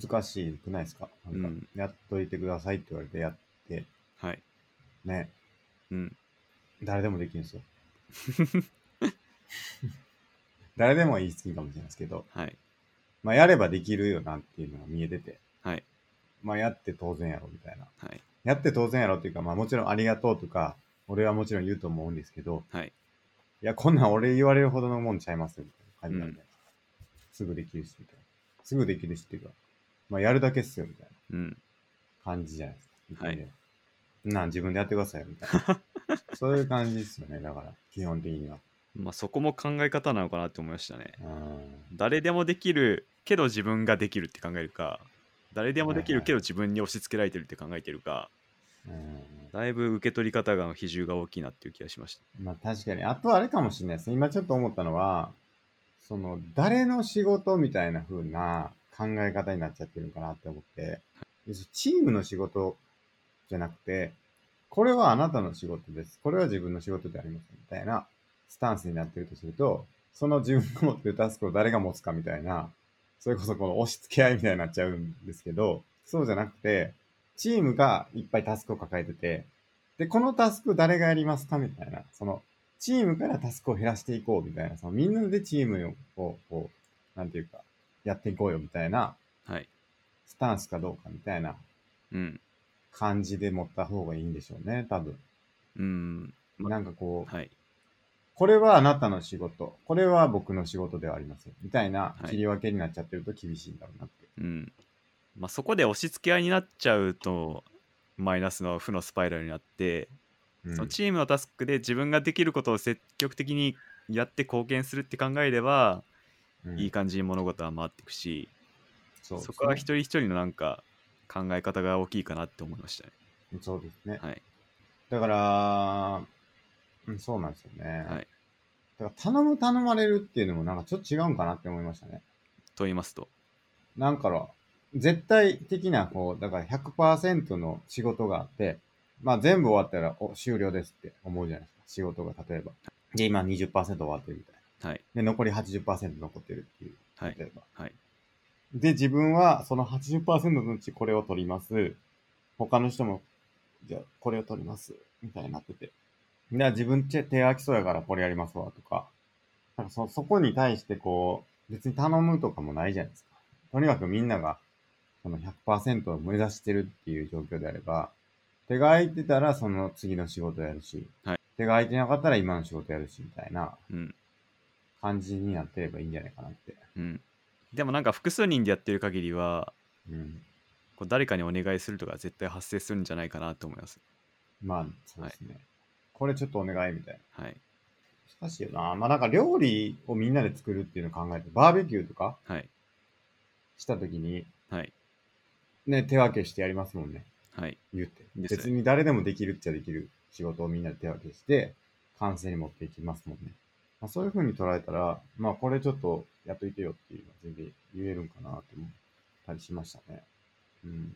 Speaker 1: 難しくないですかなんか、
Speaker 2: うん
Speaker 1: やっといてくださいって言われてやって、
Speaker 2: はい。
Speaker 1: ね、
Speaker 2: うん。
Speaker 1: 誰でもできるん ですよ。誰でも言い過ぎかもしれないですけど、
Speaker 2: はい。
Speaker 1: まあ、やればできるよなっていうのが見えてて、
Speaker 2: はい。
Speaker 1: まあ、やって当然やろみたいな。
Speaker 2: はい。
Speaker 1: やって当然やろっていうか、まあもちろんありがとうとか、俺はもちろん言うと思うんですけど、
Speaker 2: はい。
Speaker 1: いや、こんなん俺言われるほどのもんちゃいますよ、みたいな感じなんで、すぐできるし、みたいな。すぐできるしっていうか、まあやるだけっすよ、みたいな
Speaker 2: うん。
Speaker 1: 感じじゃないですか。
Speaker 2: はい
Speaker 1: い。なん自分でやってくださいよ、みたい な。そういう感じですよね、だから、基本的には。
Speaker 2: まあそこも考え方なのかなって思いましたね。
Speaker 1: うん。
Speaker 2: 誰でもできるけど自分ができるって考えるか、誰でもできるけど自分に押し付けられてるって考えてるか、
Speaker 1: うん
Speaker 2: だいぶ受け取り方が比重が大きいなっていう気がしまし
Speaker 1: まあ確かに。あとあれかもしれないですね。今ちょっと思ったのは、その、誰の仕事みたいな風な考え方になっちゃってるのかなって思って、要するにチームの仕事じゃなくて、これはあなたの仕事です。これは自分の仕事でありますみたいなスタンスになってるとすると、その自分が持ってるタスクを誰が持つかみたいな、それこそこの押し付け合いみたいになっちゃうんですけど、そうじゃなくて、チームがいっぱいタスクを抱えてて、で、このタスク誰がやりますかみたいな、その、チームからタスクを減らしていこうみたいな、そのみんなでチームを、こう、なんていうか、やっていこうよみたいな
Speaker 2: た。はい。
Speaker 1: スタンスかどうかみたいな
Speaker 2: うん。
Speaker 1: 感じで持った方がいいんでしょうね、多分。
Speaker 2: うん。ま
Speaker 1: なんかこう、
Speaker 2: はい。
Speaker 1: これはあなたの仕事、これは僕の仕事ではありません。みたいな
Speaker 2: はい
Speaker 1: 切り分けになっちゃってると厳しいんだろうなって。
Speaker 2: うん。まあ、そこで押し付け合いになっちゃうと、マイナスの負のスパイラルになって、
Speaker 1: うん
Speaker 2: そのチームのタスクで自分ができることを積極的にやって貢献するって考えれば、
Speaker 1: うん
Speaker 2: いい感じに物事は回っていくし、
Speaker 1: そうです
Speaker 2: そ
Speaker 1: ね
Speaker 2: こは一人一人のなんか考え方が大きいかなって思いましたね。
Speaker 1: そうですね。
Speaker 2: はい。
Speaker 1: だから、うん、そうなんですよね。
Speaker 2: はい。
Speaker 1: だから頼む頼まれるっていうのもなんかちょっと違うんかなって思いましたね。
Speaker 2: と言いますと、
Speaker 1: なんかろ絶対的な、こう、だから100%の仕事があって、まあ全部終わったらお終了ですって思うじゃないですか。仕事が例えば。で、今20%終わってるみたいな。
Speaker 2: はい。
Speaker 1: で、残り80%残ってるっていう。
Speaker 2: はい。
Speaker 1: 例えば。
Speaker 2: はい。
Speaker 1: で、自分はその80%のうちこれを取ります。他の人も、じゃあこれを取ります。みたいになってて。じゃあ自分ち手空きそうやからこれやりますわとか。なんかそ、そこに対してこう、別に頼むとかもないじゃないですか。とにかくみんなが、その100%を目指してるっていう状況であれば、手が空いてたらその次の仕事やるし、
Speaker 2: はい
Speaker 1: 手が空いてなかったら今の仕事やるし、みたいな
Speaker 2: うん。
Speaker 1: 感じになってればいいんじゃないかなって。
Speaker 2: うん。でもなんか複数人でやってる限りは、
Speaker 1: うん。
Speaker 2: こう誰かにお願いするとか絶対発生するんじゃないかなと思います。
Speaker 1: まあ、そうですね。これちょっとお願いみたい
Speaker 2: はい。
Speaker 1: な。難しいよな。まあなんか料理をみんなで作るっていうのを考えて、バーベキューとか
Speaker 2: はい。
Speaker 1: したときに、
Speaker 2: はい。
Speaker 1: ね、手分けしてやりますもんね。
Speaker 2: はい。
Speaker 1: 言うて。
Speaker 2: ですね
Speaker 1: 別に誰でもできるっちゃできる仕事をみんなで手分けして、完成に持っていきますもんね。まあ、そういう風に捉えたら、まあこれちょっとやっといてよっていうのは全然言えるんかなって思ったりしましたね。うん。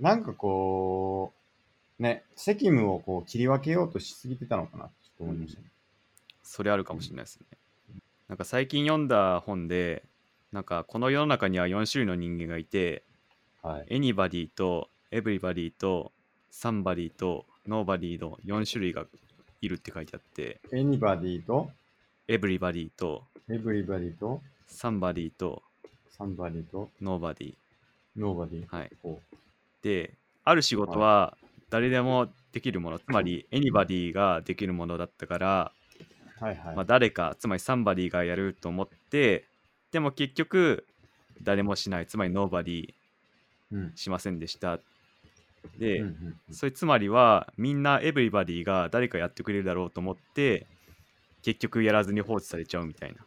Speaker 1: なんかこう、ね、責務をこう切り分けようとしすぎてたのかなってちょっと思いましたね。
Speaker 2: それあるかもしれないですね。なんか最近読んだ本で、なんかこの世の中には4種類の人間がいて、
Speaker 1: はい。
Speaker 2: anybody と everybody と somebody と nobody の4種類がいるって書いてあって、
Speaker 1: anybody と
Speaker 2: everybody と
Speaker 1: everybody と
Speaker 2: somebody と
Speaker 1: somebody と
Speaker 2: nobody。
Speaker 1: nobody。
Speaker 2: はい。
Speaker 1: こ
Speaker 2: で、ある仕事は誰でもできるもの、つまり anybody ができるものだったから、
Speaker 1: うはいはい。
Speaker 2: まあ、誰かつまりサンバディがやると思ってでも結局誰もしないつまりノーバディ
Speaker 1: うん。
Speaker 2: しませんでした
Speaker 1: うん
Speaker 2: で、
Speaker 1: うんうん
Speaker 2: それつまりはみんなエブリバディが誰かやってくれるだろうと思って結局やらずに放置されちゃうみたいな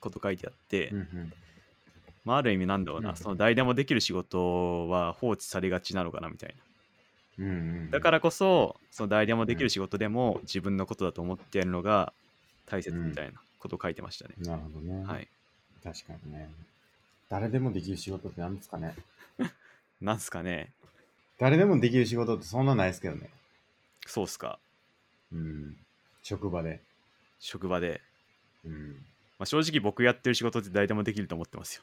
Speaker 2: こと書いてあって、
Speaker 1: うんうん
Speaker 2: まあ、ある意味なんだろうな、
Speaker 1: うん
Speaker 2: その誰でもできる仕事は放置されがちなのかなみたいな
Speaker 1: うんうん。
Speaker 2: だからこそその誰でもできる仕事でも自分のことだと思ってやるのが大切みたいなことを書いてましたね、
Speaker 1: なるほどね。
Speaker 2: はい
Speaker 1: 確かにね。誰でもできる仕事って何ですかね。
Speaker 2: なんすかね
Speaker 1: 誰でもできる仕事ってそんなないですけどね。
Speaker 2: そうっすか、
Speaker 1: うん。職場で。
Speaker 2: 職場で。
Speaker 1: うん。
Speaker 2: まあ、正直僕やってる仕事って誰でもできると思ってますよ。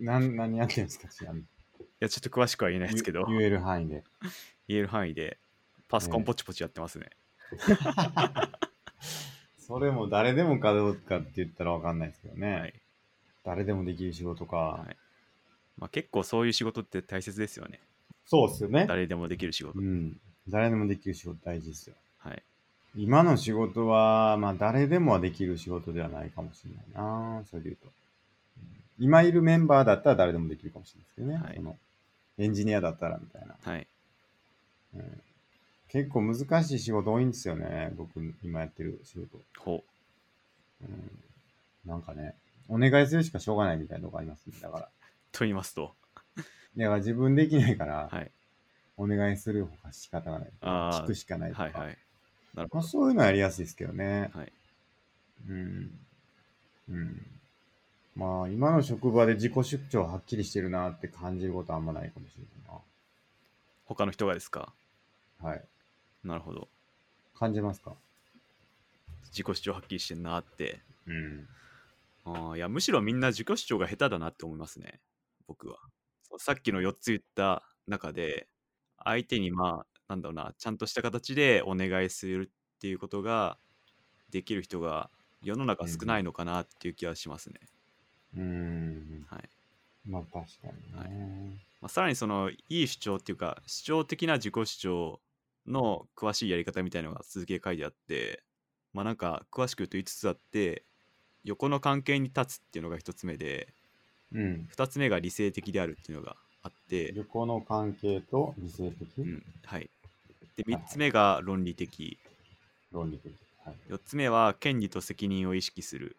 Speaker 1: なん何やってるんですかちなみに
Speaker 2: いや、ちょっと詳しくは言えないですけど、
Speaker 1: 言える範囲 で。
Speaker 2: 言える範囲で、パソコン
Speaker 1: ね
Speaker 2: ポチポチやってますね。
Speaker 1: それも誰でもかどうかって言ったらわかんないですけどね。
Speaker 2: はい。
Speaker 1: 誰でもできる仕事か。
Speaker 2: はいまあ、結構そういう仕事って大切ですよね。
Speaker 1: そうっすよね。
Speaker 2: 誰でもできる仕事
Speaker 1: う。ん。誰でもできる仕事大事ですよ。
Speaker 2: はい。
Speaker 1: 今の仕事は、まあ誰でもはできる仕事ではないかもしれないな。それで言うと。うん今いるメンバーだったら誰でもできるかもしれないですけどね。
Speaker 2: はい
Speaker 1: そのエンジニアだったらみたいな、
Speaker 2: はい。
Speaker 1: うん結構難しい仕事多いんですよね。僕、今やってる仕事。
Speaker 2: ほう。
Speaker 1: うんなんかね、お願いするしかしょうがないみたいなとこありますね。だから。だか
Speaker 2: と言いますと、
Speaker 1: ら自分できないから、
Speaker 2: はい。
Speaker 1: お願いするほか仕方がない。
Speaker 2: あー
Speaker 1: 聞くしかないとか。
Speaker 2: はいはい。なる
Speaker 1: ま
Speaker 2: ほ
Speaker 1: あ、そういうのはやりやすいですけどね。
Speaker 2: ど。はい。
Speaker 1: うん。うん。まあ、今の職場で自己出張はっきりしてるなって感じることはあんまないかもしれない
Speaker 2: 他の人がですか
Speaker 1: な。はい。
Speaker 2: なるほど。
Speaker 1: 感じますか
Speaker 2: 自己主張はっきりしてんなって。
Speaker 1: うん。
Speaker 2: あーいや、むしろみんな自己主張が下手だなって思いますね。僕は。そうさっきの4つ言った中で、相手にまあ、なんだろうな、ちゃんとした形でお願いするっていうことができる人が世の中少ないのかなっていう気はしますね。
Speaker 1: うん。
Speaker 2: はい。
Speaker 1: まあ、確かにね。
Speaker 2: まあ、さらにその、いい主張っていうか、主張的な自己主張の詳しいやり方みたいのが続け書いてあって、まあなんか、詳しく言うと5つあって、横の関係に立つっていうのが1つ目で、
Speaker 1: うん。
Speaker 2: 2つ目が理性的であるっていうのがあって、
Speaker 1: 旅行の関係と理性的、
Speaker 2: うん、はい。で、
Speaker 1: はいはい
Speaker 2: 3つ目が論理的、
Speaker 1: 論理的。はい。
Speaker 2: 4つ目は権利と責任を意識する、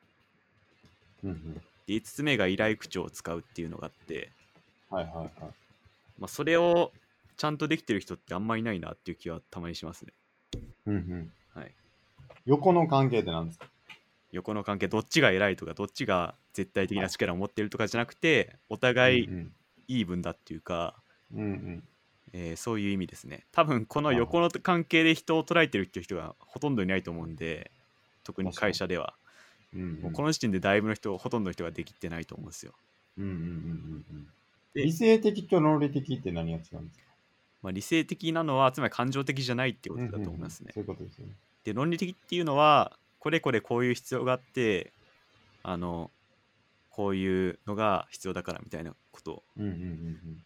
Speaker 1: うんうん。
Speaker 2: で5つ目が依頼口調を使うっていうのがあって、
Speaker 1: はいはいはい。
Speaker 2: まあ、それをちゃんとできてる人ってあんまりいないなっていう気はたまにしますね。
Speaker 1: うんうん。
Speaker 2: はい。
Speaker 1: 横の関係って何ですか
Speaker 2: 横の関係、どっちが偉いとか、どっちが絶対的な力を持ってるとかじゃなくて、お互い
Speaker 1: うん
Speaker 2: イーブンだっていうか、
Speaker 1: うん。うん
Speaker 2: えーそういう意味ですね。多分この横の関係で人を捉えてるっていう人がほとんどいないと思うんで、特に会社では。
Speaker 1: うん。うん
Speaker 2: もうこの時点でだいぶの人、ほとんどの人ができてないと思うんですよ。
Speaker 1: うんうんうんうんうん。
Speaker 2: で
Speaker 1: 理性的と論理的って何が違うんですか
Speaker 2: まあ、理性的なのはつまり感情的じゃないってことだと思いますね。
Speaker 1: うんうんうんそういうことですよね。
Speaker 2: で論理的っていうのはこれこれこういう必要があってあのこういうのが必要だからみたいなこと
Speaker 1: うんうんうんうん。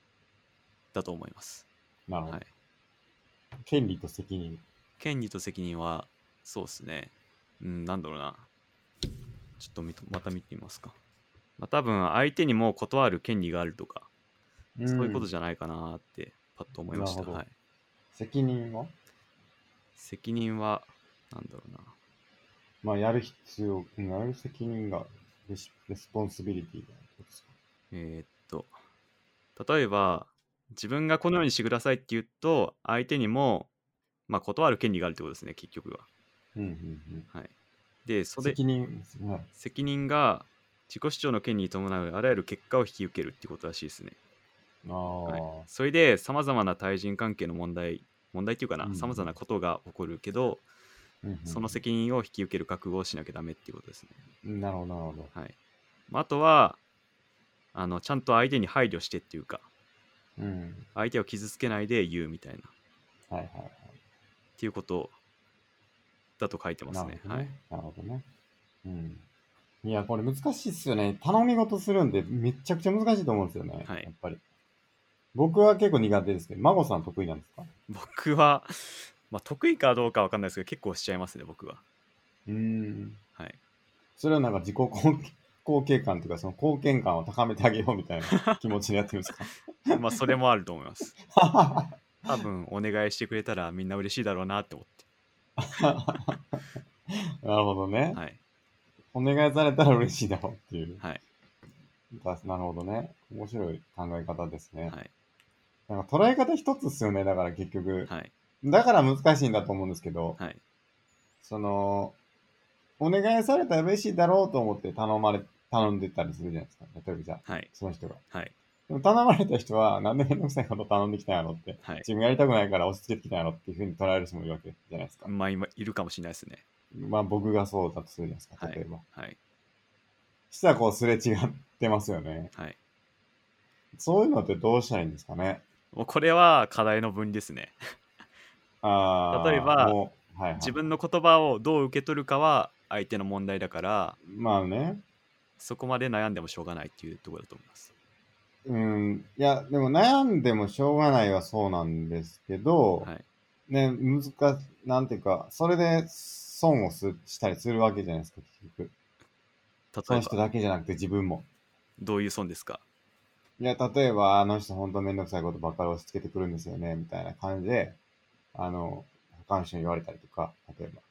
Speaker 2: だと思います。
Speaker 1: なるほど。
Speaker 2: はい、
Speaker 1: 権利と責任。
Speaker 2: 権利と責任はそうですね。うんなんだろうな。ちょっと見とまた見てみますか。まあ、多分相手にも断る権利があるとか、そういうこと
Speaker 1: じ
Speaker 2: じゃないかなってパッと思いまし
Speaker 1: な
Speaker 2: た。
Speaker 1: るほど
Speaker 2: はい
Speaker 1: ゃ。責任は
Speaker 2: 責任はなんだろうな。
Speaker 1: まあ、やる必要、うんやる責任がレシ、レスポンシビリティがあるってことですか。
Speaker 2: えーっと、例えば、自分がこのようにしてくださいって言うと、相手にも、まあ、断る権利があるってことですね、結局は。
Speaker 1: うんうんうん。
Speaker 2: で、それ
Speaker 1: 責任、はい
Speaker 2: 責任が自己主張の権利に伴うあらゆる結果を引き受けるってことらしいですね。
Speaker 1: ああ、
Speaker 2: はいそれで、さまざまな対人関係の問題、問題っていうか
Speaker 1: う
Speaker 2: な、
Speaker 1: ん
Speaker 2: さまざまなことが起こるけど、
Speaker 1: うんうん
Speaker 2: その責任を引き受ける覚悟をしなきゃダメっていうことですね。
Speaker 1: なるほど、なるほど。
Speaker 2: はい。まあ、あとは、あの、ちゃんと相手に配慮してっていうか、
Speaker 1: うん。
Speaker 2: 相手を傷つけないで言うみたいな、っ
Speaker 1: はいはい
Speaker 2: ていうことだと書いて
Speaker 1: はい。
Speaker 2: ます
Speaker 1: なる
Speaker 2: ね。
Speaker 1: ほど
Speaker 2: はい
Speaker 1: ね。。なるほどね。うん。いや、これ難しいっすよね。頼み事するんで、めちゃくちゃ難しいと思うんですよね。
Speaker 2: はい
Speaker 1: やっぱり。僕は結構苦手ですけど、孫さん得意なんですか
Speaker 2: 僕は、まあ、得意かどうかわかんないですけど、結構しちゃいますね、僕は。
Speaker 1: うーん。
Speaker 2: はい。
Speaker 1: それはなんか自己貢献貢献感というか、その貢献感を高めてあげようみたい な気持ちでやってるんですか
Speaker 2: まあ、それもあると思 います。 多分、お願いしてくれたらみんな嬉しいだろうなって思っ
Speaker 1: なるほどね
Speaker 2: て。。はい。
Speaker 1: お願いされたら嬉しいだろうっていう。
Speaker 2: はい。
Speaker 1: だなるほどね。面白い考え方ですね。
Speaker 2: はい。
Speaker 1: なんか捉え方一つですよね、だから結局。
Speaker 2: はい。
Speaker 1: だから難しいんだと思うんですけど、
Speaker 2: はい。
Speaker 1: その、お願いされたら嬉しいだろうと思って頼まれ、頼んでたりするじゃないですか。例えばじゃあ、
Speaker 2: はい。
Speaker 1: その人が。
Speaker 2: はい。
Speaker 1: でも頼まれた人は、なんでめんどくさいこと頼んできたんやろって、
Speaker 2: はい。
Speaker 1: 自分やりたくないから押し付けてきたんやろっていうふうに捉える人もいるわけじゃないですか。
Speaker 2: まあ、今、いるかもしれないですね。
Speaker 1: まあ僕がそうだとするじゃないですか、
Speaker 2: はい
Speaker 1: 例えば。
Speaker 2: はい。
Speaker 1: したらこうすれ違ってますよね。
Speaker 2: はい。
Speaker 1: そういうのってどうしたらいいんですかね。
Speaker 2: もうこれは課題の分ですね。
Speaker 1: あー
Speaker 2: 例えば
Speaker 1: もうはいはい、
Speaker 2: 自分の言葉をどう受け取るかは相手の問題だから、
Speaker 1: まあね。
Speaker 2: そこまで悩んでもしょうがないっていうところだと思います。
Speaker 1: うん、いや、でも悩んでもしょうがないはそうなんですけど、
Speaker 2: はい。
Speaker 1: ね、難し、なんていうか、それで損をすしたりするわけじゃないですか、結局。そ
Speaker 2: 例
Speaker 1: の
Speaker 2: え
Speaker 1: 人
Speaker 2: ば、
Speaker 1: だけじゃなくて自分も。
Speaker 2: どういう損ですか
Speaker 1: いや、例えば、あの人本当めんどくさいことばっかり押し付けてくるんですよね、みたいな感じで、あの、他の人に言われたりとか、例えば。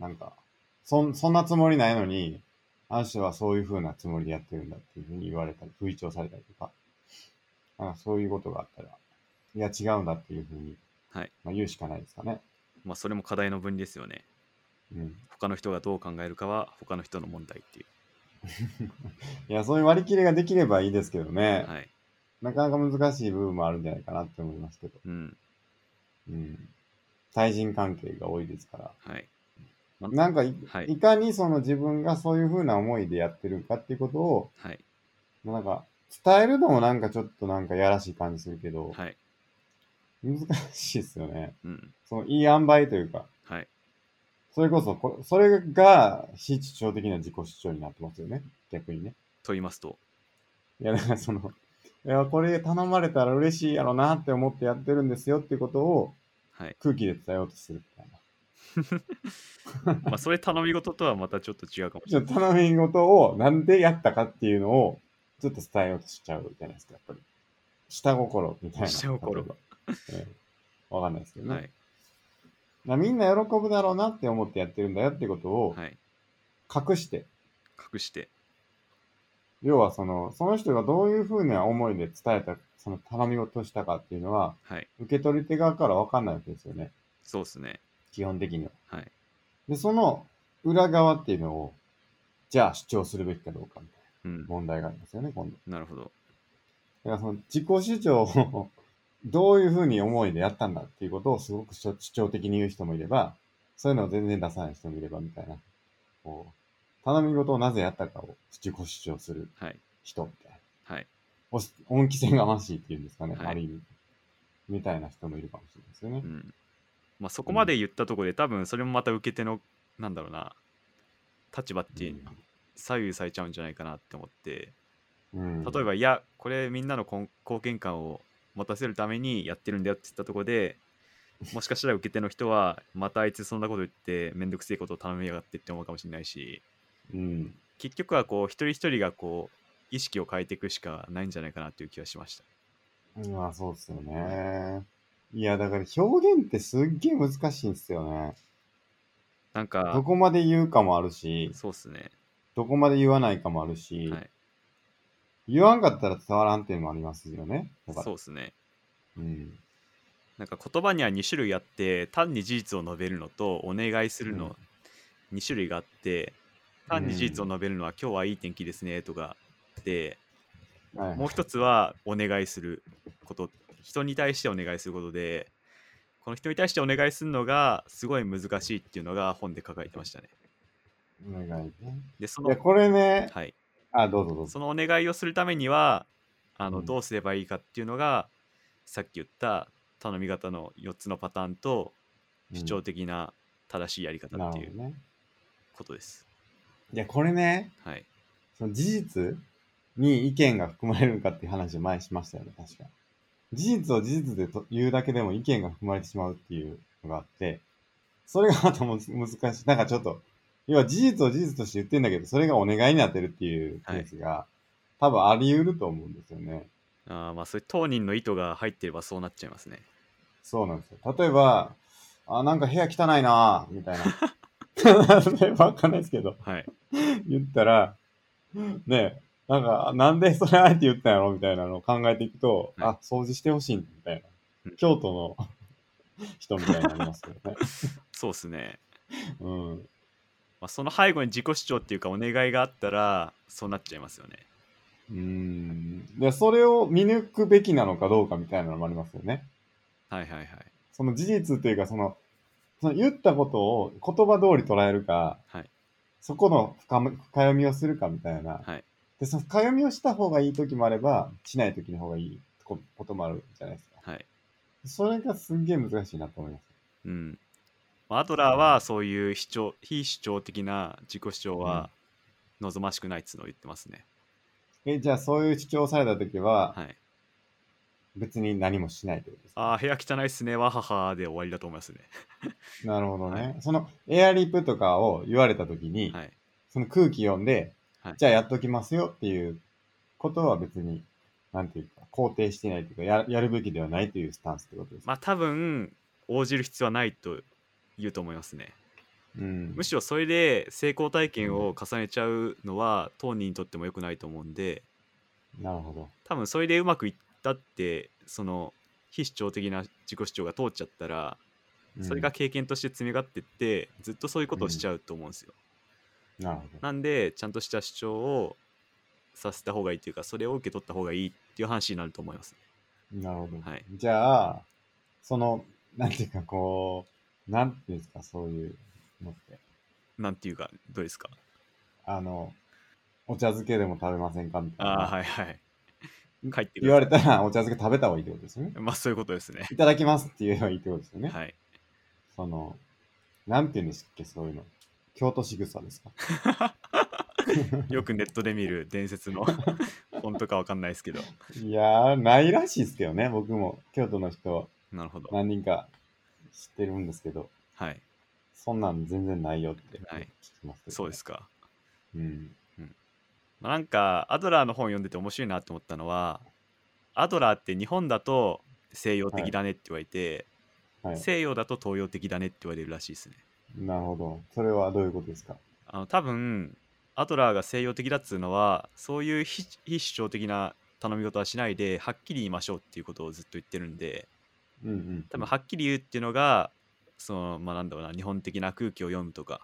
Speaker 1: なんか、そん、そんなつもりないのに、あの人はそういう風なつもりでやってるんだっていうふうに言われたり、不意調されたりとか、なんかそういうことがあったら、いや、違うんだっていうふうに、
Speaker 2: はい。
Speaker 1: まあ、言うしかないですかね。
Speaker 2: まあ、それも課題の分離ですよね。
Speaker 1: うん。
Speaker 2: 他の人がどう考えるかは他の人の問題ってい
Speaker 1: いや、そういう割り切れができればいいですけどね
Speaker 2: う。。はい。
Speaker 1: なかなか難しい部分もあるんじゃないかなって思いますけど。
Speaker 2: うん。
Speaker 1: うん。対人関係が多いですから。
Speaker 2: はい。
Speaker 1: なんかい、
Speaker 2: はい
Speaker 1: いかにその自分がそういう風な思いでやってるかっていうことを、
Speaker 2: はい。
Speaker 1: もうなんか、伝えるのもなんかちょっとなんかやらしい感じするけど、
Speaker 2: はい。
Speaker 1: 難しいですよね。
Speaker 2: うん。
Speaker 1: そのいい塩梅というか、
Speaker 2: はい。
Speaker 1: それこそこ、それが非主張的な自己主張になってますよね。逆にね。
Speaker 2: と言いますと、
Speaker 1: いや、だからその、いや、これ頼まれたら嬉しいやろなって思ってやってるんですよっていうことを
Speaker 2: はい。
Speaker 1: 空気で伝えようとするみたいな。
Speaker 2: まあ、それ頼み事とはまたちょっと違うかもし
Speaker 1: ち
Speaker 2: れ
Speaker 1: ょっと頼み事をなんでやったかっていうのをちょっと伝えようとしちゃうじゃないですか、やっぱり。下心みたいな。
Speaker 2: 下心
Speaker 1: 例えば。わ、かんないですけどね。
Speaker 2: ない。
Speaker 1: なみんな喜ぶだろうなって思ってやってるんだよってことを
Speaker 2: はい。はい。
Speaker 1: 隠して、
Speaker 2: 隠して、
Speaker 1: 要はその、その人がどういうふうな思いで伝えた、その頼み事をしたかっていうのは、
Speaker 2: はい。
Speaker 1: 受け取り手側からわかんないわけですよね。
Speaker 2: そうですね。
Speaker 1: 基本的には。
Speaker 2: はい。
Speaker 1: で、その裏側っていうのを、じゃあ主張するべきかどうかみたいな
Speaker 2: うん。
Speaker 1: 問題がありますよね、今度。
Speaker 2: なるほど。
Speaker 1: だからその自己主張をどういうふうに思いでやったんだっていうことをすごく主主張的に言う人もいれば、そういうのを全然出さない人もいればみたいな、こう、頼み事をなぜやったかを自己主張する
Speaker 2: はい。
Speaker 1: 人みたいな。
Speaker 2: はい。
Speaker 1: おし恩気性がましいっていうんですかね、
Speaker 2: はい
Speaker 1: ある意味。みたいな人もいるかもしれないですよね
Speaker 2: う。ん。まあ、そこまで言ったところで、多分それもまた受け手の、なんだろうな、立場って左右されちゃうんじゃないかなって思って、
Speaker 1: うん
Speaker 2: 例え、ば、いや、これみんなのこん貢献感を持たせるためにやってるんだよって言ったところで、もしかしたら受け手の人は、またあいつそんなこと言って、めんどくせえことを頼みやがってって思うかもしれないし、
Speaker 1: うん。
Speaker 2: 結局はこう、一人一人がこう、意識を変えていくしかないんじゃないかなっていう気がしました。
Speaker 1: まあそうですよね。いや、だから表現ってすっげえ難しいんですよね。
Speaker 2: なん
Speaker 1: ど
Speaker 2: か、
Speaker 1: こまで言うかもあるし、
Speaker 2: そうっすね。
Speaker 1: どこまで言わないかもあるし、
Speaker 2: はい。
Speaker 1: 言わんかったら伝わらんっていうのもありますよね。だから
Speaker 2: そうっすね。
Speaker 1: うん。
Speaker 2: なんか言葉には2種類あって単に事実を述べるのとお願いするの2種類があって単に事実を述べるのは今日はいい天気ですねとかで
Speaker 1: はい。
Speaker 2: もう一つはお願いすること人に対してお願いすることでこの人に対してお願いするのがすごい難しいっていうのが本で書かれてましたね
Speaker 1: お願いね。
Speaker 2: でそ
Speaker 1: い
Speaker 2: の
Speaker 1: や、これね、
Speaker 2: はい
Speaker 1: あ、どうぞどうぞ。
Speaker 2: そのお願いをするためにはあの、
Speaker 1: うん
Speaker 2: どうすればいいかっていうのがさっき言った頼み方の4つのパターンと主張的な正しいやり方
Speaker 1: な
Speaker 2: ってい
Speaker 1: るほ
Speaker 2: う
Speaker 1: どね。
Speaker 2: ことです。
Speaker 1: いや、これね、
Speaker 2: はい。
Speaker 1: その事実に意見が含まれるのかっていう話を前にしましたよね、確か。事実を事実でと言うだけでも意見が含まれてしまうっていうのがあって、それがまたむず難しい。なんかちょっと、要は事実を事実として言ってんだけど、それがお願いになってるっていうケースが、多分あり得ると思うんですよね。
Speaker 2: あーまあ、それ当人の意図が入ってればそうなっちゃいますね。
Speaker 1: そうなんですよ。例えば、あ、なんか部屋汚いなぁ、みたいな。 例えばわかんないですけど、
Speaker 2: はい。
Speaker 1: 言ったら、ねえ、なんか、なんでそれあえて言ったんやろみたいなのを考えていくと、
Speaker 2: は
Speaker 1: あ、掃除してほしいみたいな
Speaker 2: う。ん
Speaker 1: 京都の 人みたいになりますよね。
Speaker 2: そうですね。
Speaker 1: うん。
Speaker 2: まあ、その背後に自己主張っていうかお願いがあったらそうなっちゃいますよね。
Speaker 1: うん。で、それを見抜くべきなのかどうかみたいなのもありますよね。
Speaker 2: はいはいはい。
Speaker 1: その事実というか、その、その言ったことを言葉通り捉えるか、
Speaker 2: はい
Speaker 1: そこの深む深読みをするかみたいな。
Speaker 2: はい。
Speaker 1: で、その深読みをした方がいい時もあれば、しない時の方がいいここともあるじゃないですか。
Speaker 2: はい。
Speaker 1: それがすんげえ難しいなと思います。
Speaker 2: うん。まあ、アドラーはそういう主張、非主張的な自己主張は望ましくないっつうのを言ってますね。
Speaker 1: え、じゃあそういう主張をされた時は、
Speaker 2: はい。
Speaker 1: 別に何もしないということですか
Speaker 2: ああ、部屋汚いっすね、わははで終わりだと思いますね。
Speaker 1: なるほどね。
Speaker 2: は
Speaker 1: そのエアリップとかを言われた時に、
Speaker 2: はい。
Speaker 1: その空気読んで、
Speaker 2: はい
Speaker 1: じゃあやっときますよっていうことは別に、なんていうか、肯定してないというか、ややるべきではないというスタンスってことですか、
Speaker 2: まあ多分、応じる必要はないと言うと思いますね。
Speaker 1: うん
Speaker 2: む。しろそれで成功体験を重ねちゃうのは当人にとっても良くないと思うんで
Speaker 1: なるほど。
Speaker 2: 多分それでうまくいったってその非主張的な自己主張が通っちゃったら
Speaker 1: うん
Speaker 2: それが経験として積み上がってってずっとそういうことをしちゃうと思うんですよ。
Speaker 1: なるほど。
Speaker 2: なんでちゃんとした主張をさせた方がいいというかそれを受け取った方がいいっていう話になると思います。
Speaker 1: なるほど。
Speaker 2: はい
Speaker 1: じゃあ、その、なんていうか、こう、なんていうんですか、そういうのって。
Speaker 2: なんていうかどうですか
Speaker 1: あの、お茶漬けでも食べませんかみたいな。
Speaker 2: ああはいはい。帰ってく
Speaker 1: 言わ
Speaker 2: だ
Speaker 1: れたら、お茶漬け食べた方がいいってことですよね。
Speaker 2: さいまあそういうことですね。
Speaker 1: いただきますって言えばいいってことですよね。
Speaker 2: はい。
Speaker 1: その、なんて言うんですっけ、そういうの。京都仕草ですか。
Speaker 2: よくネットで見る伝説の 本当かわかんないですけど。
Speaker 1: いやー、ないらしいですけどね。僕も京都の人、
Speaker 2: なるほど。
Speaker 1: 何人か知ってるんですけど、
Speaker 2: はい。
Speaker 1: そんなん全然ないよって
Speaker 2: はい
Speaker 1: 聞きますけどね、
Speaker 2: そうですか。
Speaker 1: うん。
Speaker 2: まあなんか、アドラーの本読んでて面白いなと思ったのは、アドラーって日本だと西洋的だねって言われて、
Speaker 1: はい。
Speaker 2: 西洋だと東洋的だねって言われるらしいですね。
Speaker 1: なるほど。それはどういうことですか
Speaker 2: あの多分、アドラーが西洋的だっつうのは、そういう非非主張的な頼み事はしないで、はっきり言いましょうっていうことをずっと言ってるんで、
Speaker 1: うんうん。
Speaker 2: 多分はっきり言うっていうのが、その、まあなんだろうな、日本的な空気を読むとか、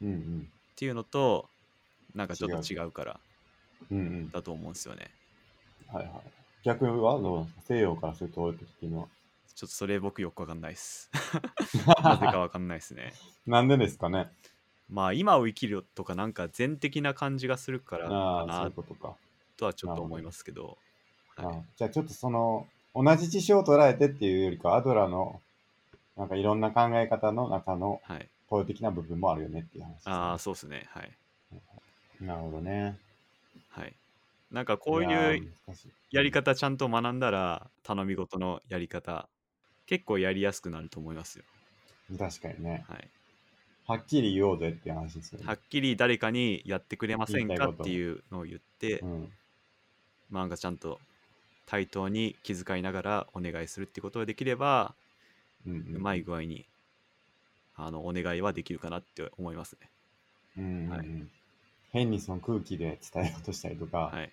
Speaker 1: うんうん。
Speaker 2: っていうのとなんかちょっと違うから
Speaker 1: うんうん。
Speaker 2: だと思うんですよね
Speaker 1: はいはい。逆はどうなんですか西洋からすると、っていうの
Speaker 2: ちょっとそれ僕よくわかんないです なぜ
Speaker 1: は。
Speaker 2: かわかんないですね
Speaker 1: なんでですかね
Speaker 2: まあ今を生きるとかなんか全的な感じがするから
Speaker 1: あ
Speaker 2: か
Speaker 1: あ、そうい
Speaker 2: な
Speaker 1: うことか。
Speaker 2: とはちょっと思いますけどはい
Speaker 1: あじゃあちょっとその同じ事象を捉えてっていうよりかアドラーのなんかいろんな考え方の中の
Speaker 2: はい
Speaker 1: 統一的な部分もあるよねっていう話です、ね。
Speaker 2: ああそうですねはい
Speaker 1: なるほどね。
Speaker 2: はいなんかこう
Speaker 1: や
Speaker 2: いう
Speaker 1: ー難しい
Speaker 2: やり方ちゃんと学んだら頼み事のやり方結構やりやすくなると思いますよ
Speaker 1: 確かにね。
Speaker 2: はい
Speaker 1: はっきり言おうぜっていう話ですよね。
Speaker 2: はっきり誰かにやってくれませんかっていうのを言って
Speaker 1: うん、
Speaker 2: 漫画ちゃんと対等に気遣いながらお願いするってことができれば、
Speaker 1: うん
Speaker 2: うまい具合にあのお願いはできるかなって思いますね。
Speaker 1: うんうんうん
Speaker 2: はい
Speaker 1: 変にその空気で伝えようとしたりとか
Speaker 2: はい、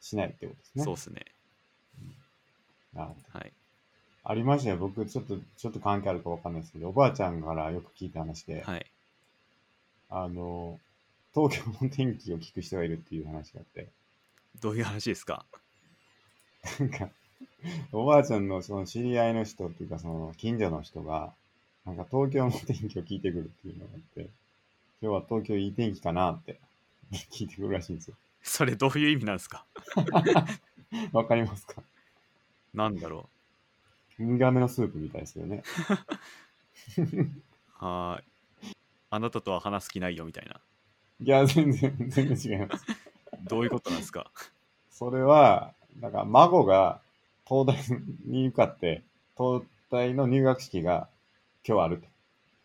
Speaker 1: しないってことですね。
Speaker 2: そうですね。
Speaker 1: なるほど
Speaker 2: はい、
Speaker 1: ありましたよ。僕、ちょっと、ちょっと関係あるかわかんないですけど、おばあちゃんからよく聞いた話で、
Speaker 2: はい。
Speaker 1: あの、東京の天気を聞く人がいるっていう話があって、
Speaker 2: どういう話ですか
Speaker 1: なんか、おばあちゃんのその知り合いの人っていうか、その近所の人が、なんか東京の天気を聞いてくるっていうのがあって、今日は東京いい天気かなって聞いてくるらしいんですよ。
Speaker 2: それどういう意味なんですか
Speaker 1: わかりますか
Speaker 2: なんだろ
Speaker 1: ウミガメのスープみたいですよね。
Speaker 2: う。はーい。あなたとは話す気ないよみたいな。
Speaker 1: いや、全然、全然違います。
Speaker 2: どういうことなんですか
Speaker 1: それは、なんか孫が東大に受かって、東大の入学式が今日ある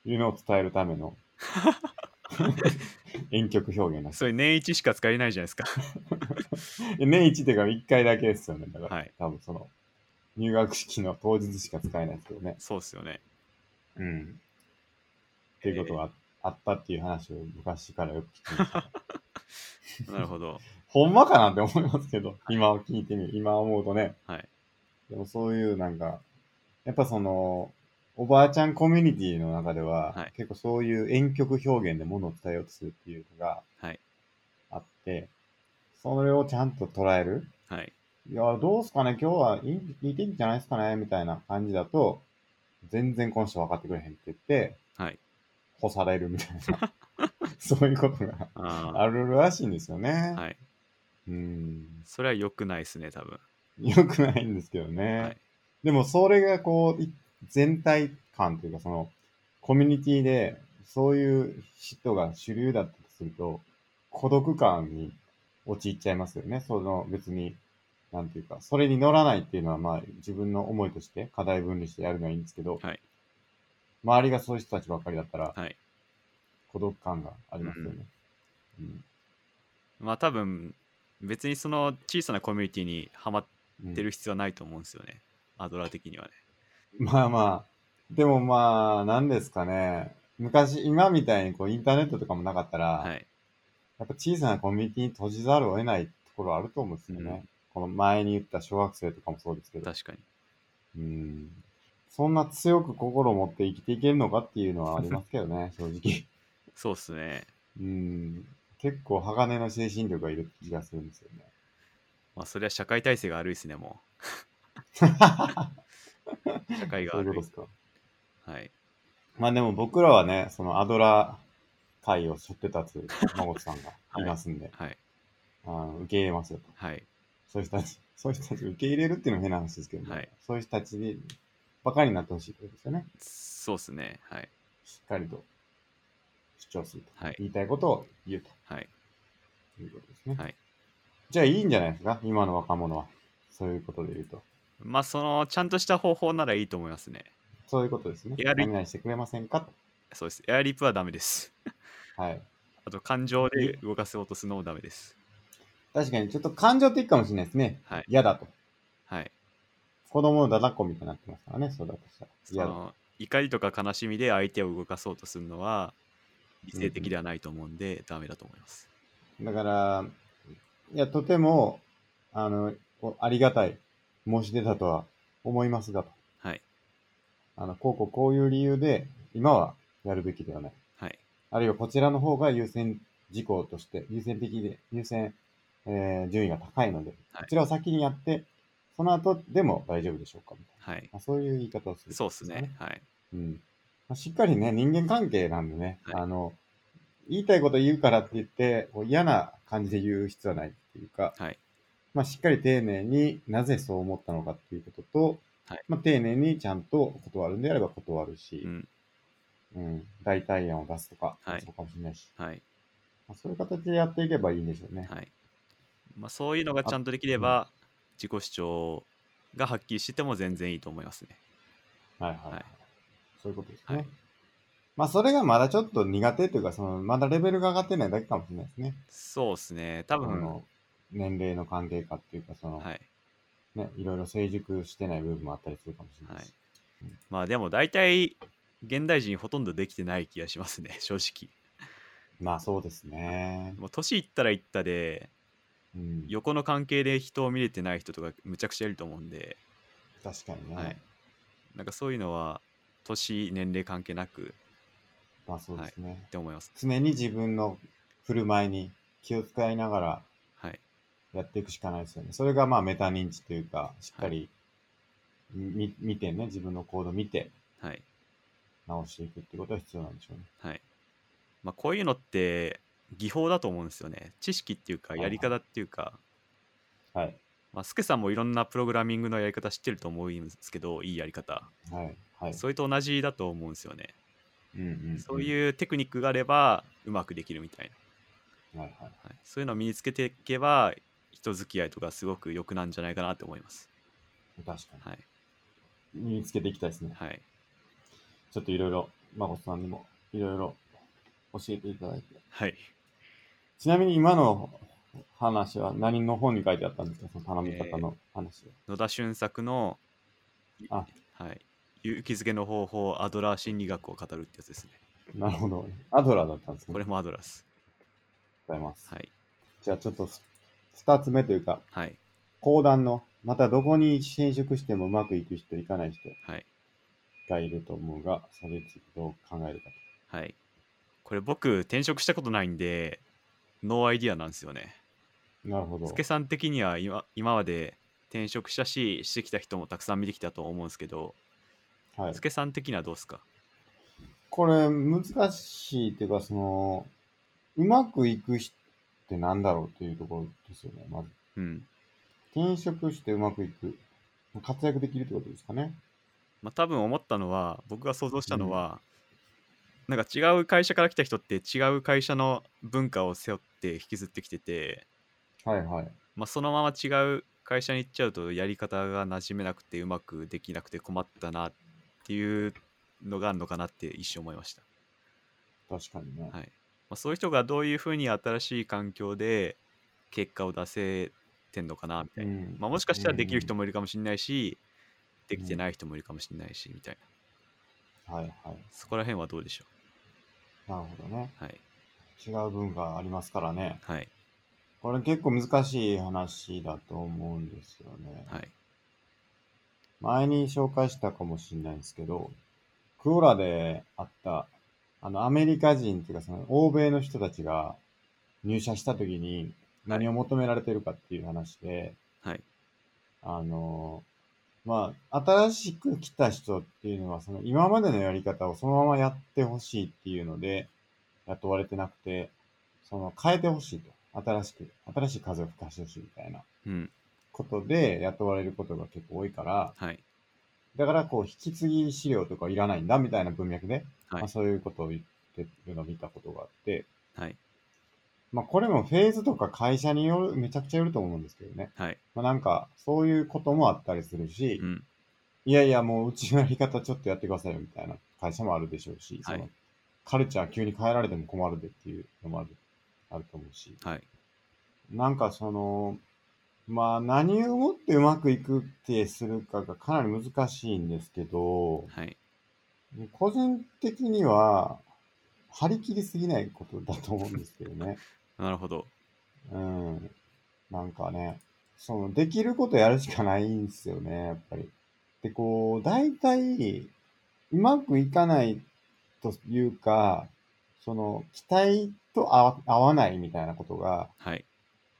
Speaker 1: というのを伝えるための遠曲表現なんです
Speaker 2: それ年一しか使えないじゃないですか。
Speaker 1: え年一っていうか1回だけですよね。だから、
Speaker 2: はい
Speaker 1: 多分その、入学式の当日しか使えないですけどね。
Speaker 2: そうっすよね。
Speaker 1: うん。っていうことがああったっていう話を昔からよく聞きました。
Speaker 2: なるほど。
Speaker 1: ほんまかなって思いますけど、今を聞いてみる、今思うとね。
Speaker 2: はい。
Speaker 1: でもそういうなんか、やっぱその、おばあちゃんコミュニティの中では、
Speaker 2: はい
Speaker 1: 結構そういう遠曲表現で物を伝えようとするっていうのが
Speaker 2: はい。
Speaker 1: あって、それをちゃんと捉える
Speaker 2: はい。
Speaker 1: いや、どうすかね、今日はいいいい天気じゃないですかね、みたいな感じだと、全然この人分かってくれへんって言って、
Speaker 2: はい。
Speaker 1: 干されるみたいな、 そういうことが
Speaker 2: あ
Speaker 1: あるらしいんですよね
Speaker 2: あ。。はい。
Speaker 1: うん。
Speaker 2: それは良くないですね、多分。
Speaker 1: 良くないんですけどね。
Speaker 2: はい。
Speaker 1: でも、それがこう、い全体感というか、その、コミュニティで、そういう人が主流だったとすると、孤独感に陥っちゃいますよね。その、別に、なんていうか、それに乗らないっていうのは、まあ、自分の思いとして、課題分離してやるのはいいんですけど、
Speaker 2: はい
Speaker 1: 周りがそういう人たちばっかりだったら、
Speaker 2: はい。
Speaker 1: 孤独感がありますよね。うん。
Speaker 2: まあ多分、別にその小さなコミュニティにはまっ
Speaker 1: うん
Speaker 2: てる必要はないと思うんですよね。アドラー的にはね。
Speaker 1: まあまあ、でもまあ、なんですかね。昔、今みたいにこう、インターネットとかもなかったら、
Speaker 2: はい。
Speaker 1: やっぱ小さなコミュニティに閉じざるを得ないところあると思うんですよね。この前に言った小学生とかもそうですけど。
Speaker 2: 確かに。
Speaker 1: うん。そんな強く心を持って生きていけるのかっていうのはありますけど ね、正直。
Speaker 2: そうっすね。
Speaker 1: うん。結構鋼の精神力がいる気がするんですよね。
Speaker 2: まあそれは社会体制が悪いですね、も う。社会が
Speaker 1: そういうこと。
Speaker 2: 悪い
Speaker 1: ですか。
Speaker 2: はい。
Speaker 1: まあでも僕らはね、そのアドラー会を背負って立つ孫さんがいますんで、
Speaker 2: はい。
Speaker 1: あの受け入れますよと。
Speaker 2: はい。
Speaker 1: そういう人たち、 そういう人たちを受け入れるっていうのも変な話ですけどね、
Speaker 2: はい
Speaker 1: そういう人たちにバカになってほしいってことですよね。
Speaker 2: そうっすね。はい。
Speaker 1: しっかりと主張すると。
Speaker 2: はい。
Speaker 1: 言いたいことを言う
Speaker 2: はい。
Speaker 1: ということですね。
Speaker 2: はい
Speaker 1: じゃあいいんじゃないですか今の若者は。そういうことで言うと。
Speaker 2: まあその、ちゃんとした方法ならいいと思いますね。
Speaker 1: そういうことですね。
Speaker 2: やる
Speaker 1: 何々してくれませんかと
Speaker 2: そうです。エアリップはダメです。
Speaker 1: はい。
Speaker 2: あと、感情で動かそうとするのもダメです。
Speaker 1: 確かにちょっと感情的かもしれないですね。
Speaker 2: はい。
Speaker 1: 嫌だと。
Speaker 2: はい。
Speaker 1: 子供のだだっこみたいになってますからね。そうだとしたら。
Speaker 2: そ
Speaker 1: 嫌だ。
Speaker 2: の、怒りとか悲しみで相手を動かそうとするのは、理性的ではないと思うんで、ダメだと思います。
Speaker 1: だから、いや、とても、あの、おありがたい申し出だとは思いますがと。
Speaker 2: はい。
Speaker 1: あの、こうこうこういう理由で、今はやるべきではない。
Speaker 2: はい。
Speaker 1: あるいはこちらの方が優先事項として、優先的で、優先、えー順位が高いので、
Speaker 2: はい
Speaker 1: こちらを先にやって、その後でも大丈夫でしょうかみたい
Speaker 2: はい。
Speaker 1: な。そういう言い方をする、
Speaker 2: そうっすね。。はい。
Speaker 1: うん。まあしっかりね、人間関係なんでね、
Speaker 2: はい
Speaker 1: あの、言いたいこと言うからって言って、こう嫌な感じで言う必要はないっていうか、
Speaker 2: はい。
Speaker 1: まあ、しっかり丁寧になぜそう思ったのかっていうことと、
Speaker 2: はい
Speaker 1: まあ、丁寧にちゃんと断るんであれば断るし、
Speaker 2: うん。
Speaker 1: うん、代替案を出すとか、
Speaker 2: はい
Speaker 1: そうかもしれないし、
Speaker 2: はい。
Speaker 1: まあ、そういう形でやっていけばいいんでしょうね。
Speaker 2: はい。まあそういうのがちゃんとできれば、自己主張がはっきりしてても全然いいと思いますね。
Speaker 1: はい、はい、
Speaker 2: はい
Speaker 1: そういうことですね。
Speaker 2: はい
Speaker 1: まあ、それがまだちょっと苦手というか、そのまだレベルが上がってないだけかもしれないですね。
Speaker 2: そうですね。多
Speaker 1: あ
Speaker 2: 分、
Speaker 1: の年齢の関係かっていうか、その、
Speaker 2: はい。
Speaker 1: ね、いろいろ成熟してない部分もあったりするかもしれないし。
Speaker 2: まあでも大体、現代人ほとんどできてない気がしますね、 正直。
Speaker 1: まあ、そうですね。
Speaker 2: もう年いったらいったで、
Speaker 1: うん、
Speaker 2: 横の関係で人を見れてない人とかむちゃくちゃいると思うんで、
Speaker 1: 確かにね。
Speaker 2: はいなんかそういうのは年年齢関係なく
Speaker 1: まあそうですね。
Speaker 2: って思います
Speaker 1: 常に自分の振る舞いに気を使いながら
Speaker 2: はい
Speaker 1: やっていくしかないですよね。それがまあメタ認知というか、しっかりみ、見てね、自分の行動を見て
Speaker 2: はい
Speaker 1: 直していくってことは必要なんでしょうね。
Speaker 2: はいまあこういうのって技法だと思うんですよね知識っていうか
Speaker 1: はいはい
Speaker 2: やり方っていうか
Speaker 1: はい。
Speaker 2: まあ、スケさんもいろんなプログラミングのやり方知ってると思うんですけどいいやり方
Speaker 1: はい。はい。
Speaker 2: それと同じだと思うんですよね
Speaker 1: うんうんうん
Speaker 2: そういうテクニックがあればうまくできるみたいな
Speaker 1: はいはい。
Speaker 2: はい、そういうのを身につけていけば人付き合いとかすごく良くなんじゃないかなと思います。
Speaker 1: 確か
Speaker 2: はい、
Speaker 1: に。身につけていきたいですね。
Speaker 2: はい、
Speaker 1: ちょっといろいろ、まこさんにもいろいろ教えていただいて。
Speaker 2: はい。
Speaker 1: ちなみに今の話は何の本に書いてあったんですかその頼み方の話は。
Speaker 2: 野田俊作の、
Speaker 1: あ
Speaker 2: はい、勇気づけの方法、アドラー心理学を語るってやつですね。
Speaker 1: なるほど。アドラーだったんですね。
Speaker 2: これもアドラーです。
Speaker 1: ございます。
Speaker 2: はい、
Speaker 1: じゃあちょっとす二つ目というか、
Speaker 2: はい、
Speaker 1: 講談の、またどこに侵食してもうまくいく人、いかない人
Speaker 2: はい、
Speaker 1: がいると思うが、それについてどう考えるか
Speaker 2: はい。これ僕、転職したことないんで、ノーアイディアなんですよね。
Speaker 1: と。なるほど。
Speaker 2: スケさん的には今今まで転職したし、してきた人もたくさん見てきたと思うんですけど、
Speaker 1: はい
Speaker 2: ス。ケさん的にはどうですか
Speaker 1: これ、難しいっていうか、その、うまくいく人ってなんだろうというところですよね。まず、
Speaker 2: うん。
Speaker 1: 転職してうまくいく。活躍できるってことですかね。
Speaker 2: まあ、多分思ったのは僕が想像したのは、なんか違う会社から来た人って違う会社の文化を背負って引きずってきてて、
Speaker 1: はいはい。
Speaker 2: まあ、そのまま違う会社に行っちゃうとやり方が馴染めなくてうまくできなくて困ったなっていうのがあるのかなって一瞬思いました、
Speaker 1: 確かにね。
Speaker 2: はいまあ、そういう人がどういうふうに新しい環境で結果を出せてんのかなみたいな、
Speaker 1: ん
Speaker 2: まあ、もしかしたらできる人
Speaker 1: も。
Speaker 2: もいるかもしれないしできてない人もいるかもしれないしみたいな
Speaker 1: はいはい。
Speaker 2: そこら辺はどうでしょ
Speaker 1: なるほどね。
Speaker 2: うはい
Speaker 1: 違う文化ありますからね。
Speaker 2: はい
Speaker 1: これ結構難しい話だと思うんですよね。
Speaker 2: はい。
Speaker 1: 前に紹介したかもしれないんですけど、クオラであった、あの、アメリカ人っていうか、その、欧米の人たちが入社した時に何を求められてるかっていう話で、
Speaker 2: はい。
Speaker 1: あの、まあ、新しく来た人っていうのは、その、今までのやり方をそのままやってほしいっていうので、雇われてなくて、その、変えてほしいと。新しく、新しい風を吹かしてほしいみたいな
Speaker 2: うん。
Speaker 1: ことで雇われることが結構多いから、
Speaker 2: はい。
Speaker 1: だから、こう、引き継ぎ資料とかいらないんだみたいな文脈で、
Speaker 2: は
Speaker 1: ま
Speaker 2: い
Speaker 1: あ、そういうことを言ってるのを見たことがあって、
Speaker 2: はい。
Speaker 1: まあ、これもフェーズとか会社による、めちゃくちゃよると思うんですけどね。
Speaker 2: はい。
Speaker 1: まあ、なんか、そういうこともあったりするし、
Speaker 2: うん。
Speaker 1: いやいや、もううちのやり方ちょっとやってくださいよみたいな会社もあるでしょうし、
Speaker 2: はい
Speaker 1: そのカルチャー急に変えられても困るでっていうのもあるあると思うし、
Speaker 2: はい。
Speaker 1: なんかその、まあ何をもってうまくいくってするかがかなり難しいんですけど、
Speaker 2: はい。
Speaker 1: 個人的には張り切りすぎないことだと思うんですけどね。
Speaker 2: なるほど。
Speaker 1: うん。なんかね、その、できることやるしかないんですよね、やっぱり。で、こう、大体、うまくいかないというか、その、期待と合わ合わないみたいなことが、
Speaker 2: はい。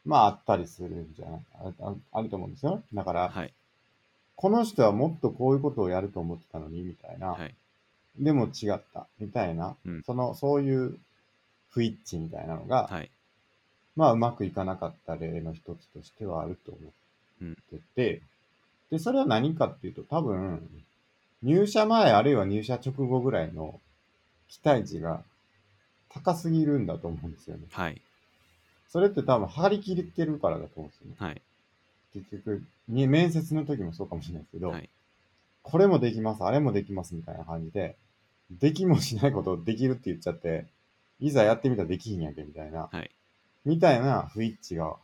Speaker 1: まあ、あったりするんじゃないあああると思うんですよ。だから、
Speaker 2: はい。
Speaker 1: この人はもっとこういうことをやると思ってたのに、みたいな。
Speaker 2: はい。
Speaker 1: でも違った、みたいな。
Speaker 2: うん
Speaker 1: その、そういう不一致みたいなのが、
Speaker 2: はい。
Speaker 1: まあ、うまくいかなかった例の一つとしてはあると思ってて、で、それは何かっていうと、多分、入社前あるいは入社直後ぐらいの期待値が高すぎるんだと思うんですよね。
Speaker 2: はい。
Speaker 1: それって多分、張り切ってるからだと思うんですよね。
Speaker 2: はい。
Speaker 1: 結局、に面接の時もそうかもしれないですけど、
Speaker 2: はい。
Speaker 1: これもできます、あれもできますみたいな感じで、できもしないことをできるって言っちゃって、いざやってみたらできひんやんけみたいな、
Speaker 2: はい
Speaker 1: みたいな不一致が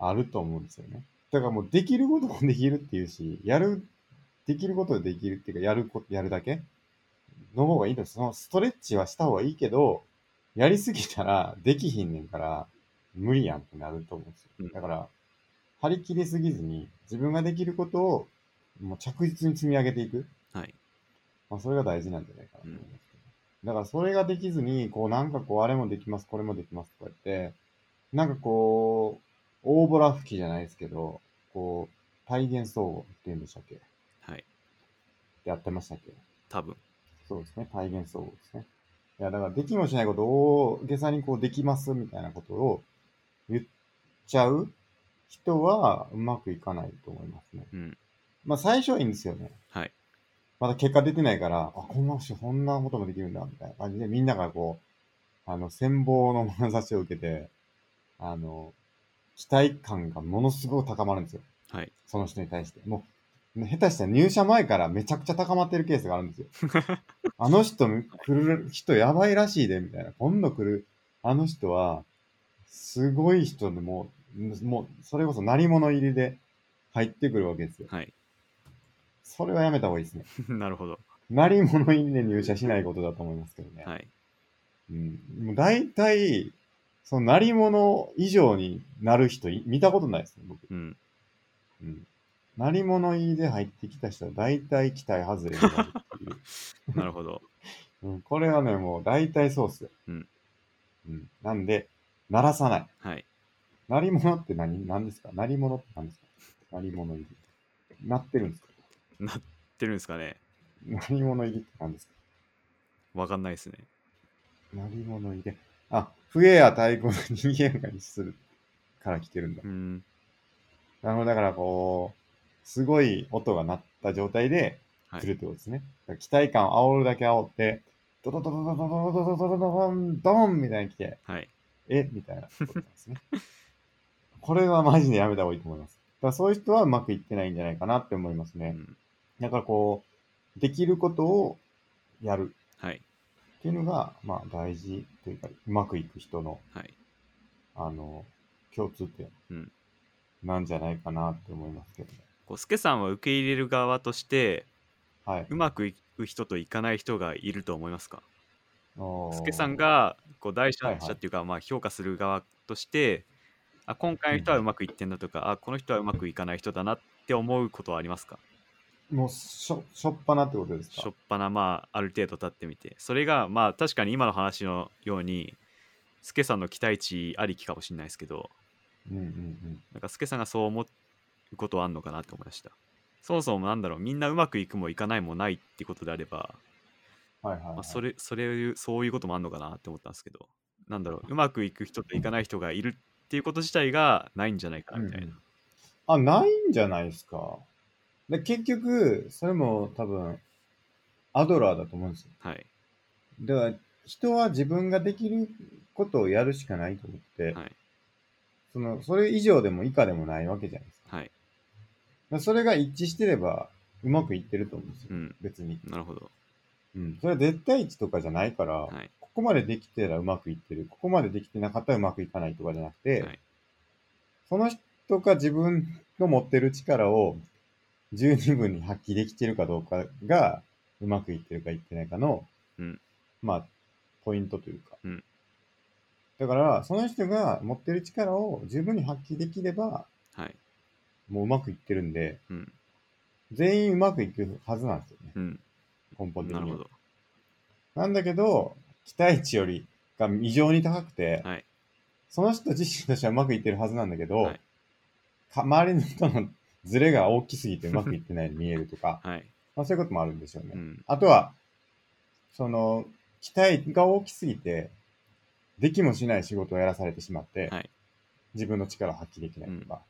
Speaker 1: あると思うんですよね。だからもうできることもできるっていうし、やる、できることでできるっていうか、やるこやるだけの方がいいと。そのストレッチはした方がいいけど、やりすぎたらできひんねんから、無理やんってなると思うんです
Speaker 2: うん
Speaker 1: よ。だから、張り切りすぎずに、自分ができることをもう着実に積み上げていく。
Speaker 2: はい。
Speaker 1: まあ、それが大事なんじゃないかなと
Speaker 2: う
Speaker 1: 思
Speaker 2: ん
Speaker 1: いますけど、だからそれができずに、こうなんかこう、あれもできます、これもできますとか言って、なんかこう、大ボラ吹きじゃないですけど、こう、体現相互っていうんでしたっけ
Speaker 2: はい。
Speaker 1: やってましたっけ
Speaker 2: 多分。
Speaker 1: そうですね、体現相互ですね。いや、だからできもしないことを、下さにこう、できますみたいなことを言っちゃう人は、うまくいかないと思いますね。
Speaker 2: うん。
Speaker 1: まあ、最初はいいんですよね。
Speaker 2: はい。
Speaker 1: まだ結果出てないから、あ、こんな人、こんなこともできるんだ、みたいな感じで、みんながこう、あの、戦望の眼差しを受けて、あの、期待感がものすごく高まるんですよ。
Speaker 2: はい。
Speaker 1: その人に対して。もう、下手したら入社前からめちゃくちゃ高まってるケースがあるん ですよ。あの人来る人やばいらしいで、みたいな。今度来る、あの人は、すごい人でもう、もう、それこそ鳴り物入りで入ってくるわけですよ。
Speaker 2: はい。
Speaker 1: それはやめた方がいいですね。
Speaker 2: なるほど。
Speaker 1: 鳴り物入りで入社しないことだと思いますけどね。
Speaker 2: はい。
Speaker 1: うん。もう大体、その鳴り物以上になる人い見たことないですね、僕。
Speaker 2: うん。
Speaker 1: うん。鳴り物入りで入ってきた人は大体期待外れになるって いう。
Speaker 2: なるほど。
Speaker 1: うん、これはね、もう大体そうっすよ。
Speaker 2: うん。
Speaker 1: うん。なんで、鳴らさない。
Speaker 2: はい。
Speaker 1: 鳴り物って何何ですか鳴り物って何ですか鳴り物入り。鳴ってるんですか
Speaker 2: なってるんですかね。
Speaker 1: 鳴り物入りって何ですか
Speaker 2: わかんないですね。
Speaker 1: 鳴り物入り。あ、笛や太鼓の賑やかにするから来てるんだ
Speaker 2: う。ん。
Speaker 1: なるほど、だからこう、すごい音が鳴った状態で
Speaker 2: はい
Speaker 1: 来るってことですね。だから期待感を煽るだけ煽って、ドドドドドドドドドドドドン、ドンみたいに来て、
Speaker 2: はい。
Speaker 1: えみたいなことなんですね。これはマジでやめた方がいいと思います。だからそういう人はうまくいってないんじゃないかなって思います
Speaker 2: う
Speaker 1: ね。
Speaker 2: ん。
Speaker 1: だからこう、できることをやる
Speaker 2: はい。
Speaker 1: っていうのが、まあ大事というか、うまくいく人の、
Speaker 2: はい。
Speaker 1: あの、共通点
Speaker 2: うん
Speaker 1: なんじゃないかなって思いますけどね。
Speaker 2: こう、スケさんは受け入れる側として、
Speaker 1: はい。
Speaker 2: うまくいく人といかない人がいると思いますか
Speaker 1: おー
Speaker 2: スケさん、がこう第
Speaker 1: はい
Speaker 2: 三
Speaker 1: はい
Speaker 2: 者っていうか、まあ評価する側としてあ今回の人はうまくいってんだとか、あこの人はうまくいかない人だなって思うことはありますか
Speaker 1: もうしょ、しょっぱなってことですか
Speaker 2: しょっぱなまあある程度経ってみてそれがまあ確かに今の話のようにスケさんの期待値ありきかもしれないですけど
Speaker 1: うんうんうん。
Speaker 2: なんかスケさんがそう思うことはあんのかなって思いましたそもそもなんだろうみんなうまくいくもいかないもないってことであれば
Speaker 1: はいはい、はい
Speaker 2: まあ、それそれそういうこともあるのかなって思ったんですけどなんだろううまくいく人といかない人がいるっていうこと自体がないんじゃないかみたいな、
Speaker 1: うんうんあ、ないんじゃないですか。で結局、それも多分、アドラーだと思うんですよ。
Speaker 2: はい
Speaker 1: だから、人は自分ができることをやるしかないと思って、
Speaker 2: はい
Speaker 1: その、それ以上でも以下でもないわけじゃないですか。
Speaker 2: はい
Speaker 1: だからそれが一致してれば、うまくいってると思うんですよ。
Speaker 2: うん
Speaker 1: 別に。
Speaker 2: なるほど
Speaker 1: うん。それは絶対値とかじゃないから、
Speaker 2: はい
Speaker 1: ここまでできてたらうまくいってる、ここまでできてなかったらうまくいかないとかじゃなくて、
Speaker 2: はい
Speaker 1: その人が自分の持ってる力を十二分に発揮できてるかどうかが、うまくいってるかいってないかの、
Speaker 2: うん
Speaker 1: まあ、ポイントというか。
Speaker 2: うん
Speaker 1: だから、その人が持ってる力を十分に発揮できれば、
Speaker 2: はい
Speaker 1: もううまくいってるんで、
Speaker 2: うん
Speaker 1: 全員うまくいくはずなんですよね、
Speaker 2: うん
Speaker 1: 根本的
Speaker 2: なる
Speaker 1: に
Speaker 2: ほ
Speaker 1: は。
Speaker 2: ど
Speaker 1: なんだけど、期待値よりが異常に高くて、
Speaker 2: はい
Speaker 1: その人自身としてはうまくいってるはずなんだけど、
Speaker 2: はい
Speaker 1: か周りの人のズレが大きすぎてうまくいってないように見えるとか、
Speaker 2: はい
Speaker 1: まあそういうこともあるんでしょうね。
Speaker 2: うん
Speaker 1: あとは、その、期待が大きすぎて、できもしない仕事をやらされてしまって、
Speaker 2: はい
Speaker 1: 自分の力を発揮できないとか。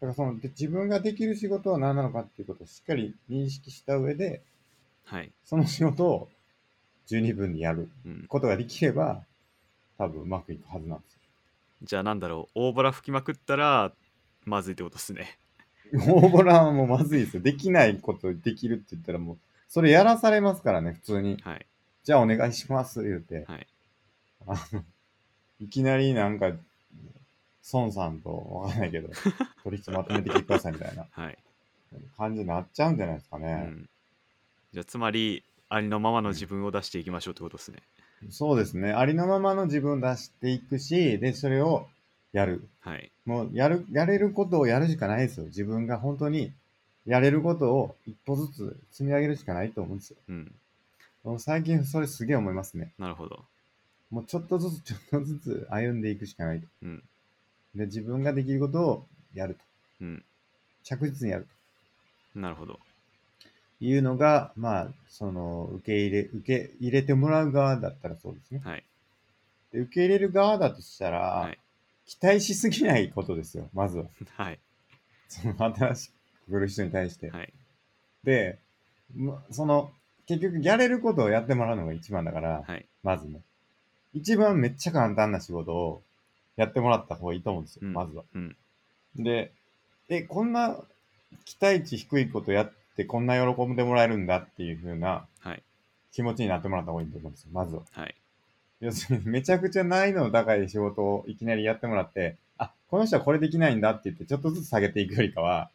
Speaker 1: だからその、で自分ができる仕事は何なのかっていうことをしっかり認識した上で、
Speaker 2: はい
Speaker 1: その仕事を十二分にやる
Speaker 2: うん
Speaker 1: ことができれば、多分うまくいくはずなんですよ。
Speaker 2: じゃあなんだろう大ボラ吹きまくったらまずいってことですね
Speaker 1: 大ボラはもうまずいですよ。できないことできるって言ったらもう、それやらされますからね、普通に。
Speaker 2: はい
Speaker 1: じゃあお願いします、言うて。
Speaker 2: はい
Speaker 1: あのいきなりなんか、孫さんとわかんない けど、取引まとめてきてくださいみたいな
Speaker 2: はい、
Speaker 1: 感じになっちゃうんじゃないですか
Speaker 2: う
Speaker 1: ね。
Speaker 2: ん、じゃあつまりありのままの自分を出していきましょうってことですね、
Speaker 1: そうですね。ありのままの自分を出していくし、で、それをやる。
Speaker 2: はい
Speaker 1: もうやる、やれることをやるしかないですよ。自分が本当にやれることを一歩ずつ積み上げるしかないと思うんですよ。
Speaker 2: うん。
Speaker 1: もう最近それすげえ思いますね。
Speaker 2: なるほど。
Speaker 1: もうちょっとずつちょっとずつ歩んでいくしかないと。
Speaker 2: うん。
Speaker 1: で、自分ができることをやると。
Speaker 2: うん。
Speaker 1: 着実にやる
Speaker 2: なるほど。
Speaker 1: というのが、まあ、その、受け入れ、受け入れてもらう側だったらそうですね。
Speaker 2: はい。
Speaker 1: で、受け入れる側だとしたら、
Speaker 2: はい。
Speaker 1: 期待しすぎないことですよ、まずは。
Speaker 2: はい。
Speaker 1: その、新しく来る人に対して。
Speaker 2: はい。
Speaker 1: で、まその、結局やれることをやってもらうのが一番だから、
Speaker 2: はい。
Speaker 1: まずね。一番めっちゃ簡単な仕事をやってもらった方がいいと思うんですよ、
Speaker 2: うん
Speaker 1: まずは。
Speaker 2: うん。
Speaker 1: で、え、こんな期待値低いことやってこんな喜んでもらえるんだっていう風な
Speaker 2: はい。
Speaker 1: 気持ちになってもらった方がいいと思うんですよ、まずは。
Speaker 2: はい。
Speaker 1: 要するに、めちゃくちゃ難易度の高い仕事をいきなりやってもらって、あ、この人はこれできないんだって言って、ちょっとずつ下げていくよりかは、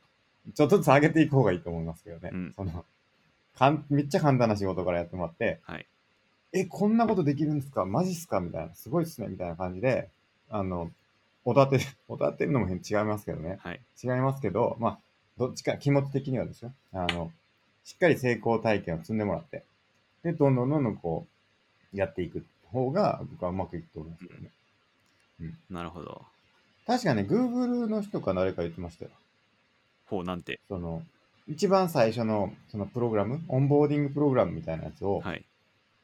Speaker 1: ちょっとずつ上げていく方がいいと思いますけどね。
Speaker 2: うん
Speaker 1: そのかん、めっちゃ簡単な仕事からやってもらって、
Speaker 2: はい。
Speaker 1: え、こんなことできるんですかマジっすかみたいな、すごいっすねみたいな感じで、あの、おだて、おだてるのも変違いますけどね。
Speaker 2: はい。
Speaker 1: 違いますけど、まあ、どっちか、気持ち的にはですよ。あの、しっかり成功体験を積んでもらって、で、どんどんどんどんこう、やっていく方が、僕はうまくいくと思いますけどね。
Speaker 2: なるほど。
Speaker 1: 確かね、Google の人か誰か言ってましたよ。
Speaker 2: ほう、なんて。
Speaker 1: その、一番最初の、そのプログラム、オンボーディングプログラムみたいなやつを、
Speaker 2: はい。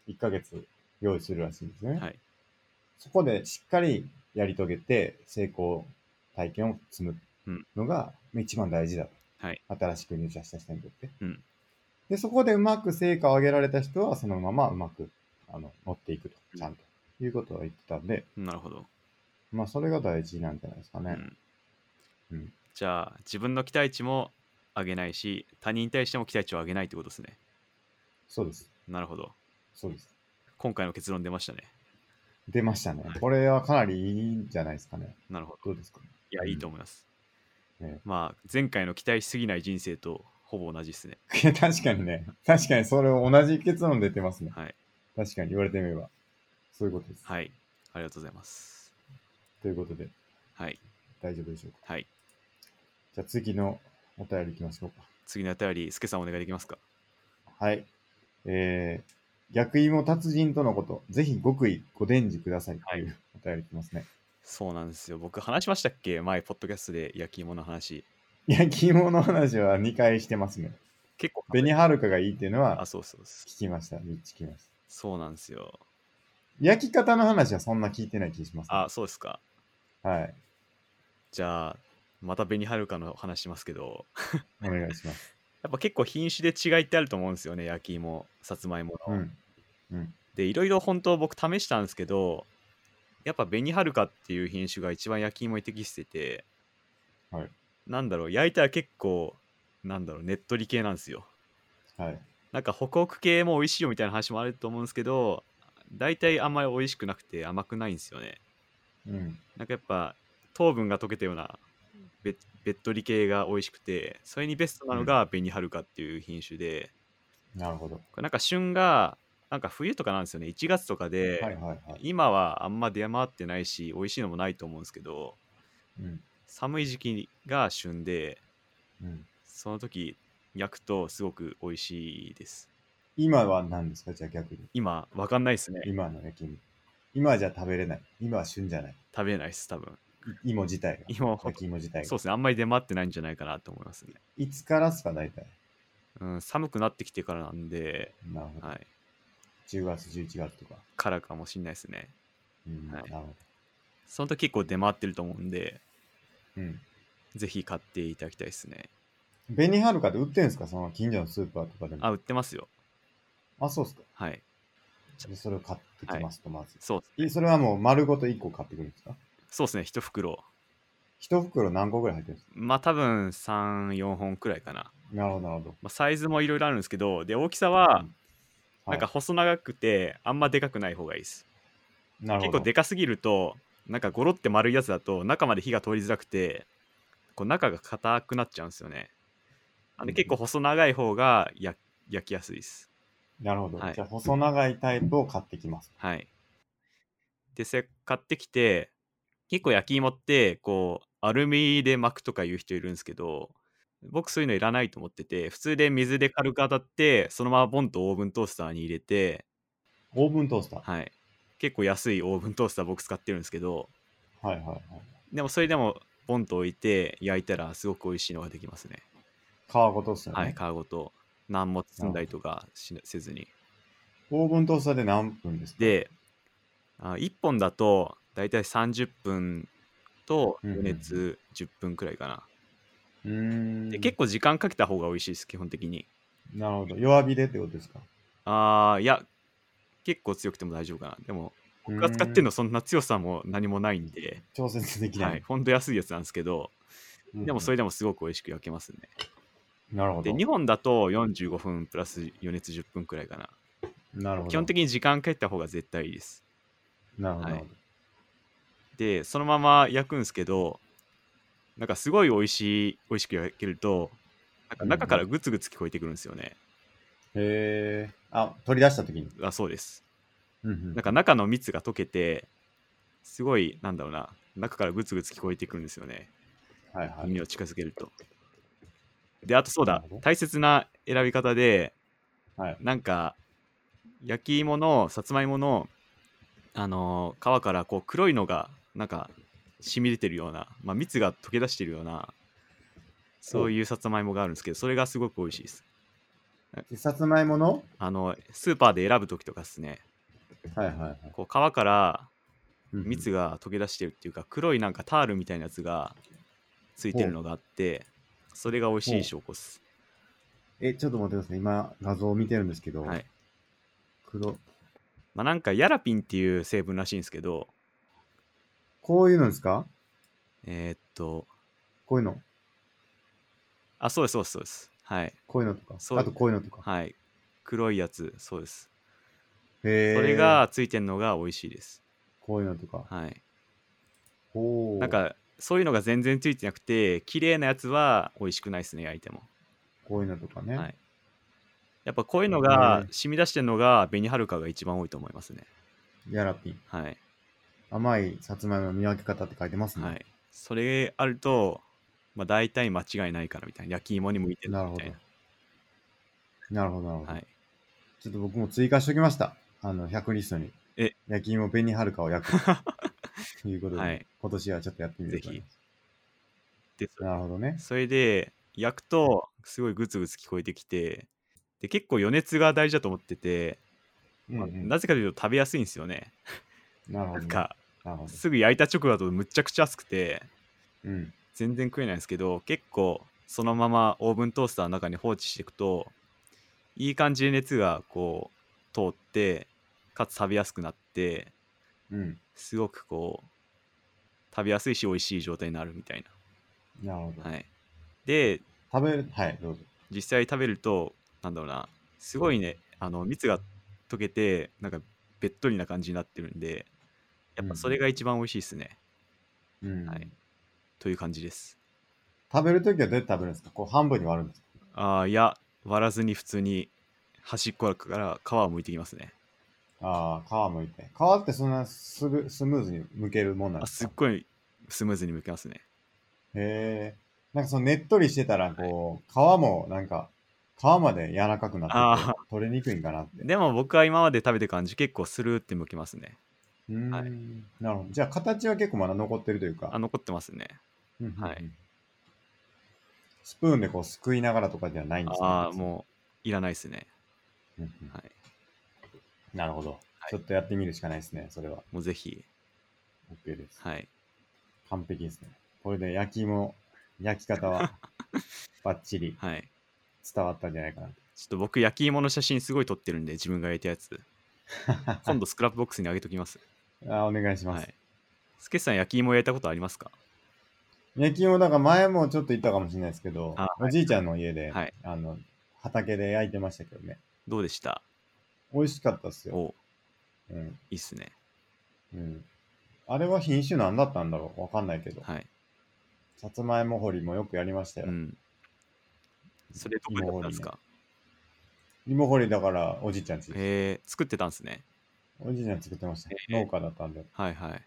Speaker 1: 1ヶ月用意するらしいんですよね。
Speaker 2: はい。
Speaker 1: そこでしっかりやり遂げて、成功体験を積むのが、一番大事だと。
Speaker 2: はい。
Speaker 1: 新しく入社した人にとって。
Speaker 2: うん
Speaker 1: で、そこでうまく成果を上げられた人は、そのままうまくあの持っていくと、
Speaker 2: うん
Speaker 1: ちゃんと、いうことを言ってたんで、
Speaker 2: なるほど。
Speaker 1: まあ、それが大事なんじゃないですか
Speaker 2: う
Speaker 1: ね。
Speaker 2: ん
Speaker 1: うん
Speaker 2: じゃあ、自分の期待値も上げないし、他人に対しても期待値を上げないってことですね。
Speaker 1: そうです。
Speaker 2: なるほど。
Speaker 1: そうです。
Speaker 2: 今回の結論出ましたね。
Speaker 1: 出ましたね。これはかなりいいんじゃないですかね。
Speaker 2: なるほど。
Speaker 1: どうですか、ね、
Speaker 2: いや、
Speaker 1: うん
Speaker 2: いいと思います。
Speaker 1: ね
Speaker 2: まあ、前回の期待しすぎない人生とほぼ同じですね。
Speaker 1: いや確かにね。確かにそれ同じ結論出てますね。
Speaker 2: はい。
Speaker 1: 確かに言われてみれば。そういうことです。
Speaker 2: はい。ありがとうございます。
Speaker 1: ということで、
Speaker 2: はい。
Speaker 1: 大丈夫でしょうか。
Speaker 2: はい。
Speaker 1: じゃあ次のお便り行きましょうか。
Speaker 2: 次のお便り、すけさんお願いできますか。
Speaker 1: はい。えー、逆芋達人とのこと、ぜひ極意ご伝授くださいと
Speaker 2: はい
Speaker 1: いうお便り来ますね。
Speaker 2: そうなんですよ。僕、話しましたっけ前、ポッドキャストで焼き芋の話。
Speaker 1: 焼き芋の話は2回してますね。
Speaker 2: 結構、
Speaker 1: 紅はるかがいいっていうのは
Speaker 2: あ、そうそうそう。
Speaker 1: 聞きました。聞きました。
Speaker 2: そうなんですよ。
Speaker 1: 焼き方の話はそんな聞いてない気がします、
Speaker 2: あ、そうですか。
Speaker 1: はい。
Speaker 2: じゃあ、また紅はるかの話しますけど、
Speaker 1: お願いします。
Speaker 2: やっぱ結構品種で違いってあると思うんですよね。焼き芋、さつまいも
Speaker 1: う
Speaker 2: の。
Speaker 1: ん。うん。
Speaker 2: で、いろいろ本当僕試したんですけど、やっぱ紅はるかっていう品種が一番焼き芋に適してて、
Speaker 1: はい
Speaker 2: なんだろう、焼いたら結構、なんだろう、ねっとり系なんですよ。
Speaker 1: はい。
Speaker 2: なんかホクホク系も美味しいよみたいな話もあると思うんですけど大体あんまり美味しくなくて甘くないんですよね
Speaker 1: うん。
Speaker 2: なんかやっぱ糖分が溶けたようなべべっとり系が美味しくてそれにベストなのが紅はるかっていう品種で、
Speaker 1: なるほど。
Speaker 2: これなんか旬がなんか冬とかなんですよね1月とかで、
Speaker 1: はいはいはい。
Speaker 2: 今はあんま出回ってないし美味しいのもないと思うんですけど
Speaker 1: うん。
Speaker 2: 寒い時期が旬で
Speaker 1: うん、
Speaker 2: その時焼くとすごく美味しいです
Speaker 1: 今は何ですかじゃあ逆に。
Speaker 2: 今わかんないですね
Speaker 1: 今の焼き芋。今はじゃあ食べれない。今は旬じゃない。
Speaker 2: 食べれないです多分
Speaker 1: い芋自体が。
Speaker 2: 今
Speaker 1: 焼き芋自体
Speaker 2: そ
Speaker 1: が。
Speaker 2: うですね、あんまり出回ってないんじゃないかなと思いますね。
Speaker 1: いつからですか大体。
Speaker 2: うん、寒くなってきてからなんで、
Speaker 1: なるほど。
Speaker 2: はい、
Speaker 1: 10月、11月とか。
Speaker 2: からかもしれないですね。
Speaker 1: うん、
Speaker 2: はい
Speaker 1: なるほ
Speaker 2: その時結構出回ってると思うんで、
Speaker 1: ど。うん。ベ
Speaker 2: ぜひ買っていただきたいですね。
Speaker 1: ニハルカで売ってるんですかその近所のスーパーとかでも。
Speaker 2: あ、
Speaker 1: あ、
Speaker 2: 売ってますよ。
Speaker 1: そうっすか。
Speaker 2: はい。
Speaker 1: で、それを買ってきますと、まず。
Speaker 2: そう
Speaker 1: えそれはもう丸ごと1個買ってくるんですか
Speaker 2: そうですね、一袋。
Speaker 1: 一袋何個ぐらい入ってるんですか
Speaker 2: まあ多分3、4本くらいかな。
Speaker 1: なるほど、なるほど。
Speaker 2: まあ、サイズもいろいろあるんですけど、で、大きさは
Speaker 1: うん、は
Speaker 2: ないんか細長くて、あんまでかくない方がいいです。
Speaker 1: なるほ
Speaker 2: 結
Speaker 1: ど。
Speaker 2: 構でかすぎると、なんかゴロって丸いやつだと、中まで火が通りづらくて、こう中が硬くなっちゃうんですよね。なんで
Speaker 1: うん
Speaker 2: 結構細長い方がや焼きやすいです。
Speaker 1: なるほど。
Speaker 2: はい
Speaker 1: じゃあ、細長いタイプを買ってきます。
Speaker 2: はい。で、せ買ってきて、結構焼き芋って、こう、アルミで巻くとかいう人いるんですけど、僕そういうのいらないと思ってて、普通で水で軽く当たって、そのままボンとオーブントースターに入れて、
Speaker 1: オーブントースター。
Speaker 2: はい。結構安いオーブントースター僕使ってるんですけど、
Speaker 1: はいはいはい。
Speaker 2: でもそれでもボンと置いて焼いたらすごく美味しいのができますね。
Speaker 1: 皮ごとっすよね。
Speaker 2: はい、皮ごと。何も包んだりとかしなせずに。
Speaker 1: オーブントースターで何分ですか、
Speaker 2: で、あ1本だと大体30分と
Speaker 1: うんうんう
Speaker 2: 余
Speaker 1: ん
Speaker 2: 熱10分くらいかな。
Speaker 1: うーん。
Speaker 2: で結構時間かけた方が美味しいです、基本的に。
Speaker 1: なるほど。弱火でってことですか
Speaker 2: あー、いや、結構強くても大丈夫かな。でも、僕が使ってるのそんな強さも何もないんで、
Speaker 1: 調節できない。
Speaker 2: はい、ほんと安いやつなんですけど、でもそれ
Speaker 1: れ、
Speaker 2: でもすごく美味しく焼けますね。
Speaker 1: なるほど。
Speaker 2: で、2本だと45分プラス余熱10分くらいかな。
Speaker 1: なるほど。
Speaker 2: 基本的に時間かけた方が絶対いいです。
Speaker 1: なるほど。
Speaker 2: はいでそのまま焼くんですけどなんかすごい美味しい美味しく焼けるとなんか中からグツグツ聞こえてくるんですよね、
Speaker 1: へえ。あ、取り出した時に。
Speaker 2: あそうです
Speaker 1: うんうん
Speaker 2: なんか中の蜜が溶けてすごいなんだろうな中からグツグツ聞こえてくるんですよね
Speaker 1: はいはい。
Speaker 2: 耳を近づけるとであとそう
Speaker 1: な
Speaker 2: だ
Speaker 1: るほど
Speaker 2: 大切な選び方で
Speaker 1: はい。
Speaker 2: なんか焼き芋のさつまいものあのー皮からこう黒いのがなんか染み出てるような、まあ、蜜が溶け出してるようなそういうさつまいもがあるんですけどそれがすごく美味しいです
Speaker 1: でさつまいもの
Speaker 2: あのスーパーで選ぶ時とかですね
Speaker 1: はいはいはい。
Speaker 2: こう皮から
Speaker 1: うんうん
Speaker 2: 蜜が溶け出してるっていうか黒いなんかタールみたいなやつがついてるのがあってそれが美味しい証拠っす
Speaker 1: え、ちょっと待ってください。今、画像を見てるんですけど、
Speaker 2: はい、
Speaker 1: 黒。
Speaker 2: まあ、なんかヤラピンっていう成分らしいんですけど
Speaker 1: こういうのですか
Speaker 2: えーっと
Speaker 1: こういうの。
Speaker 2: あそうですそうですそうですはい
Speaker 1: こういうのとか。
Speaker 2: そう
Speaker 1: あとこういうのとか。
Speaker 2: はい。黒いやつ、そうです。
Speaker 1: へえ。
Speaker 2: それ、がついてるのが美味しいです。
Speaker 1: こういうのとか。
Speaker 2: はい。
Speaker 1: ほう。
Speaker 2: なん、か、そういうのが全然ついてなくて、綺麗なやつは美味しくないですね、焼いても。
Speaker 1: こういうのとかね。
Speaker 2: はい。やっぱこういうのが
Speaker 1: へ、え
Speaker 2: 染み出してるのが、紅はるかが一番多いと思いますね。
Speaker 1: ヤラピン。
Speaker 2: はい。
Speaker 1: 甘いさつまいもの見分け方って書いてますね。
Speaker 2: はい。それあると、まあ、大体間違いないからみたいな。焼き芋に向いてる
Speaker 1: なる
Speaker 2: み
Speaker 1: ほ
Speaker 2: た
Speaker 1: ど
Speaker 2: いな。。
Speaker 1: なるほど、なるほど。
Speaker 2: はい。
Speaker 1: ちょっと僕も追加しておきました。あの、100リストに。
Speaker 2: え
Speaker 1: 焼き芋紅はるかを 焼く。ということで、
Speaker 2: はい
Speaker 1: 今年はちょっとやってみると思います。
Speaker 2: で、そ
Speaker 1: なるほどね。
Speaker 2: それで、焼くと、すごいグツグツ聞こえてきて、で、結構余熱が大事だと思ってて、
Speaker 1: うんうん
Speaker 2: なぜかというと食べやすいんですよね。
Speaker 1: なるほど、
Speaker 2: な
Speaker 1: ね。
Speaker 2: んか
Speaker 1: なるほど。
Speaker 2: すぐ焼いた直後だとむっちゃくちゃ熱くて
Speaker 1: うん。
Speaker 2: 全然食えないんですけど結構そのままオーブントースターの中に放置していくといい感じで熱がこう通ってかつ食べやすくなって
Speaker 1: うん。
Speaker 2: すごくこう食べやすいし美味しい状態になるみたい
Speaker 1: なるほど。
Speaker 2: な。はい、で
Speaker 1: 食べる、はい、どうぞ。
Speaker 2: 実際食べるとなんだろうなすごいねあの蜜が溶けてなんかべっとりな感じになってるんでやっぱそれが一番美味しいですね、
Speaker 1: うん。
Speaker 2: はいという感じです
Speaker 1: 食べるときはどうやって食べるんですかこう半分に割るんですか
Speaker 2: あーいや割らずに普通に端っこから皮を剥いてきますね
Speaker 1: ああ、皮むいて。皮ってそんなすぐスムーズに剥けるもんなん
Speaker 2: あ
Speaker 1: です
Speaker 2: すっ
Speaker 1: か
Speaker 2: ごいスムーズに剥けますね
Speaker 1: へえ。なんかそのねっとりしてたら、こう、皮もなんか、皮まで柔らかくなって
Speaker 2: あ
Speaker 1: て、取れにくいんかなって。
Speaker 2: でも僕は今まで食べて感じ結構スルーって剥けますね
Speaker 1: うーん、
Speaker 2: はい
Speaker 1: なるほど。じゃあ、形は結構まだ残ってるというか。
Speaker 2: あ残ってますね
Speaker 1: うんうんうん
Speaker 2: はい。
Speaker 1: スプーンでこう、すくいながらとかではないんですね
Speaker 2: ああもういらないですね
Speaker 1: うんうん
Speaker 2: はい
Speaker 1: なるほど、
Speaker 2: い
Speaker 1: ちょっとやってみるしかないですね。それは。
Speaker 2: もうぜひ
Speaker 1: OK です。
Speaker 2: はい
Speaker 1: 完璧ですね。これで焼き芋、焼き方 はバッチリ
Speaker 2: はい
Speaker 1: 伝わったんじゃないかなと。
Speaker 2: ちょっと僕焼き芋の写真すごい撮ってるんで自分が焼いたやつ今度スクラップボックスにあげときます
Speaker 1: あお願いしま
Speaker 2: は
Speaker 1: す。
Speaker 2: いスケさん焼き芋焼いたことありますか
Speaker 1: 焼き芋、だから前もちょっと言ったかもしれないですけど
Speaker 2: あ、
Speaker 1: おじいちゃんの家で、
Speaker 2: はい
Speaker 1: あの、畑で焼いてましたけどね。
Speaker 2: どうでした
Speaker 1: 美味しかったっすよ。
Speaker 2: お
Speaker 1: うん。
Speaker 2: いいっすね
Speaker 1: うん。あれは品種なんだったんだろうわかんないけど。
Speaker 2: はい
Speaker 1: さつまいも掘りもよくやりましたよ。
Speaker 2: うんそれどこでやったんですか
Speaker 1: 芋掘りだからおじいちゃんちです、
Speaker 2: えー、作ってたんですね。
Speaker 1: おじいちゃん作ってました、ね
Speaker 2: えー
Speaker 1: 農家だったんで、さ
Speaker 2: はいはい。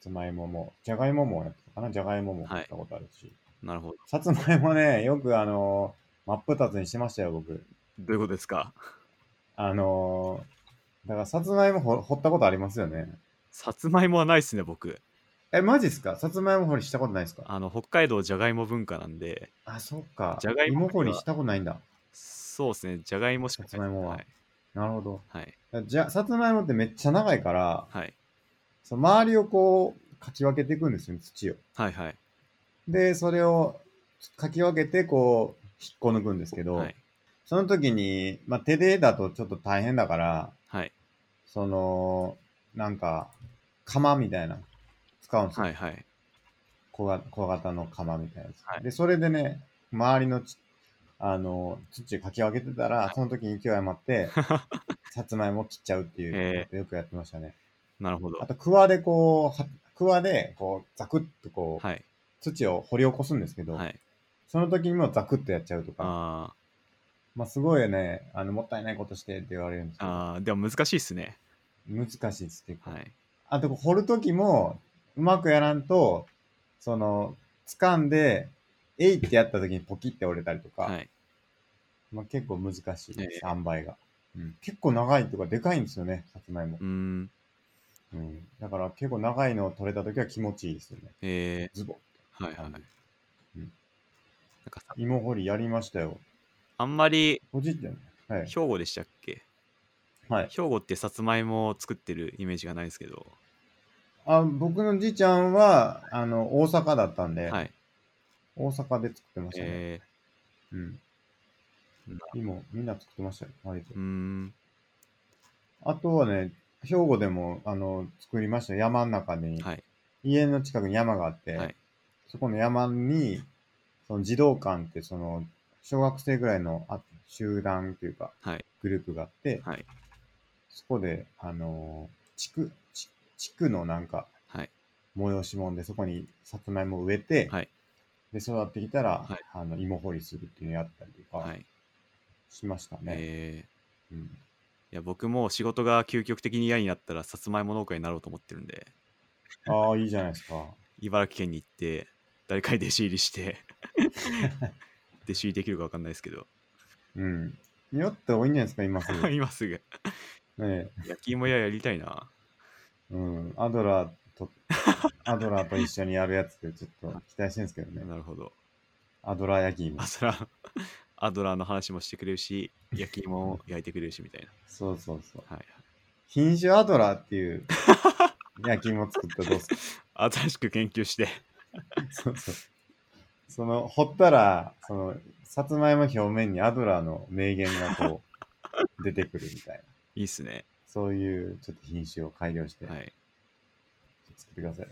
Speaker 1: つまいもも、じゃがいももやってたかな、じゃがいももやったことあるし、
Speaker 2: なるほど。
Speaker 1: さつまいもね、よくあの、真っ二つにしてましたよ、僕。
Speaker 2: どういうことですか
Speaker 1: あのーだからさつまいも掘掘ったことありますよね。
Speaker 2: さつまいもはないっすね、僕。
Speaker 1: え、マジっすかさつまいも掘りしたことないですか
Speaker 2: あの、北海道じゃがいも文化なんで、
Speaker 1: あ、そっか。
Speaker 2: じゃがいも
Speaker 1: 芋掘りしたことないんだ。
Speaker 2: そうですね、じゃがいもしか
Speaker 1: さつまいもは
Speaker 2: はい。
Speaker 1: なるほど。
Speaker 2: はい。
Speaker 1: じゃ、さつまいもってめっちゃ長いから、
Speaker 2: はい。
Speaker 1: その周りをこう、かき分けていくんですよ、土を。
Speaker 2: はい。はい。
Speaker 1: で、それをかき分けて、こう、引っこ抜くんですけど、
Speaker 2: はい。
Speaker 1: その時に、まあ、手でだとちょっと大変だから、
Speaker 2: はい。
Speaker 1: その、なんか、釜みたいな、使うんですよ。
Speaker 2: はい。はい。
Speaker 1: 小が小型の釜みたいなやつ。
Speaker 2: はい
Speaker 1: で、それでね、周りのちあの土かき分けてたら、
Speaker 2: はい
Speaker 1: その時に勢い余 って、さつまいも切っちゃうっていう
Speaker 2: へ
Speaker 1: ことよくやってましたね。
Speaker 2: なるほど
Speaker 1: あ。と、クワでこう、はクワでこう、ザクッとこう、
Speaker 2: はい。
Speaker 1: 土を掘り起こすんですけど、
Speaker 2: はい。
Speaker 1: その時にもザクッとやっちゃうとか、
Speaker 2: あ
Speaker 1: まあすごいね、あの、もったいないことしてって言われるんです
Speaker 2: ーあー、でも難しいっすね。
Speaker 1: けど、難しいです、結構。
Speaker 2: はい。
Speaker 1: あと、掘る時も、うまくやらんと、その、掴んで、えいってやった時にポキって折れたりとか、
Speaker 2: はい。
Speaker 1: まあ、結構難しいです、
Speaker 2: ええ
Speaker 1: 3倍が、うん。結構長いとかでかいんですよね、さつまいも
Speaker 2: う。ーん。
Speaker 1: うん、だから結構長いのを取れた時は気持ちいいですよね。
Speaker 2: え
Speaker 1: ズボッ。
Speaker 2: ー、はい。はい。
Speaker 1: 感
Speaker 2: なん
Speaker 1: じうん
Speaker 2: かさ
Speaker 1: 芋掘りやりましたよ。
Speaker 2: あんまり
Speaker 1: おじいちゃん。はい。
Speaker 2: 兵庫でしたっけ
Speaker 1: はい、
Speaker 2: 兵庫ってさつまいもを作ってるイメージがないですけど、
Speaker 1: あ僕のじいちゃんはあの大阪だったんで、
Speaker 2: はい。
Speaker 1: 大阪で作ってましたね。
Speaker 2: え
Speaker 1: うん
Speaker 2: な
Speaker 1: 芋、みんな作ってましたよ。割と
Speaker 2: ー、うーん。
Speaker 1: あとはね、兵庫でもあの作りましたよ山の中に、
Speaker 2: はい。
Speaker 1: 家の近くに山があって、
Speaker 2: はい。
Speaker 1: そこの山に、その児童館って、その、小学生ぐらいのあ集団というか、
Speaker 2: はい
Speaker 1: グループがあって、
Speaker 2: はい。
Speaker 1: そこで、あのー地区、地地区のなんか、
Speaker 2: はい。
Speaker 1: 催し物で、そこにさつまいも植えて、
Speaker 2: はい
Speaker 1: で、育ってきたら、
Speaker 2: はい
Speaker 1: あの、芋掘りするっていうのやったりと
Speaker 2: は
Speaker 1: か
Speaker 2: い。
Speaker 1: しましたね。
Speaker 2: えー
Speaker 1: うん
Speaker 2: いや僕も仕事が究極的に嫌になったらさつまいも農家になろうと思ってるんで
Speaker 1: ああ、いいじゃないですか。
Speaker 2: 茨城県に行って誰かに弟子入りして 弟子入りできるか分かんないですけど
Speaker 1: うん。よって多いんじゃないですか、今すぐ。ね
Speaker 2: 今すぐ
Speaker 1: え
Speaker 2: 焼き芋屋やりたいな
Speaker 1: うん。アドラー と、アドラーと一緒にやるやつって、ちょっと期待してるんですけどね。
Speaker 2: なるほど
Speaker 1: アドラー焼き芋
Speaker 2: ア。ドラーアドラーの話もしてくれるし焼き芋を焼いてくれるしみたいな
Speaker 1: そうそうそう。
Speaker 2: はい
Speaker 1: 品種アドラーって いう焼き芋作ったらどうすか
Speaker 2: 新しく研究して
Speaker 1: そうそう。その、掘ったら、その、さつまいも表面にアドラーの名言がこ う、出てくるみたいな。
Speaker 2: いいっすね
Speaker 1: そういう、ちょっと品種を改良して
Speaker 2: はい
Speaker 1: 作ってください。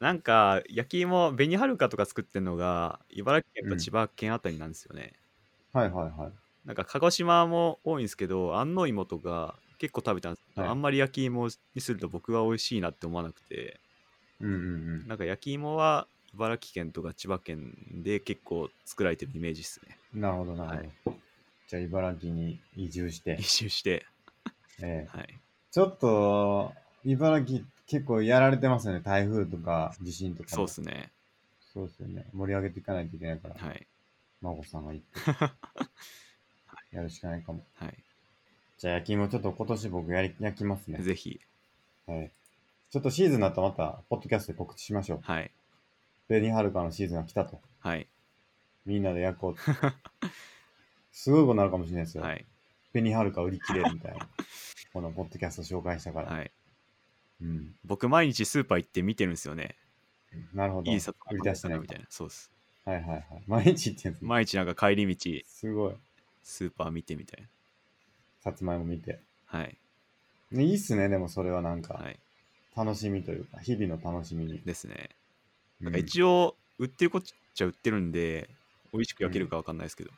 Speaker 2: なんか焼き芋紅はるかとか作ってるのが茨城県と千葉県あたりなんですよね、
Speaker 1: はい、はい、はいはい。
Speaker 2: なんか鹿児島も多いんですけど安納芋とか結構食べたんですけど、
Speaker 1: はい
Speaker 2: あんまり焼き芋にすると僕は美味しいなって思わなくて
Speaker 1: うんうんうん。
Speaker 2: なんか焼き芋は茨城県とか千葉県で結構作られてるイメージですね
Speaker 1: なるほど、なるほど。じゃあ、茨城に移住して
Speaker 2: 一、周して
Speaker 1: ええ
Speaker 2: はい
Speaker 1: ちょっと、茨城結構やられてますよね。台風とか地震とか
Speaker 2: そう
Speaker 1: も。
Speaker 2: っすね
Speaker 1: そうですよね。盛り上げていかないといけないから。
Speaker 2: はい
Speaker 1: 孫さんが行って。 やるしかないかも。
Speaker 2: はい
Speaker 1: じゃあ焼き芋ちょっと今年僕やり焼きますね。
Speaker 2: ぜひ
Speaker 1: はい。ちょっとシーズンになったらまた、ポッドキャストで告知しましょう。
Speaker 2: はい
Speaker 1: ベニハルカのシーズンが来たと。
Speaker 2: はい
Speaker 1: みんなで焼こうと。すごいことになるかもしれないですよ。
Speaker 2: はい
Speaker 1: ベニハルカ売り切れるみたいな。このポッドキャスト紹介したから。
Speaker 2: はい
Speaker 1: うん。
Speaker 2: 僕毎日スーパー行って見てるんですよね
Speaker 1: なるほど。
Speaker 2: いいさ
Speaker 1: 売り出してない
Speaker 2: みたいなそうっす
Speaker 1: はいはいはい。毎日行ってんすね
Speaker 2: 毎日なんか帰り道
Speaker 1: すごい。
Speaker 2: スーパー見てみたい
Speaker 1: さつまいも見て。
Speaker 2: なはい
Speaker 1: ね、いいっすね、でもそれはなんか
Speaker 2: は、い
Speaker 1: 楽しみというか、日々の楽しみに。
Speaker 2: ですね
Speaker 1: な
Speaker 2: なんか一応、売ってるこっちゃ売ってるんで、美味しく焼けるかわかんないですけど、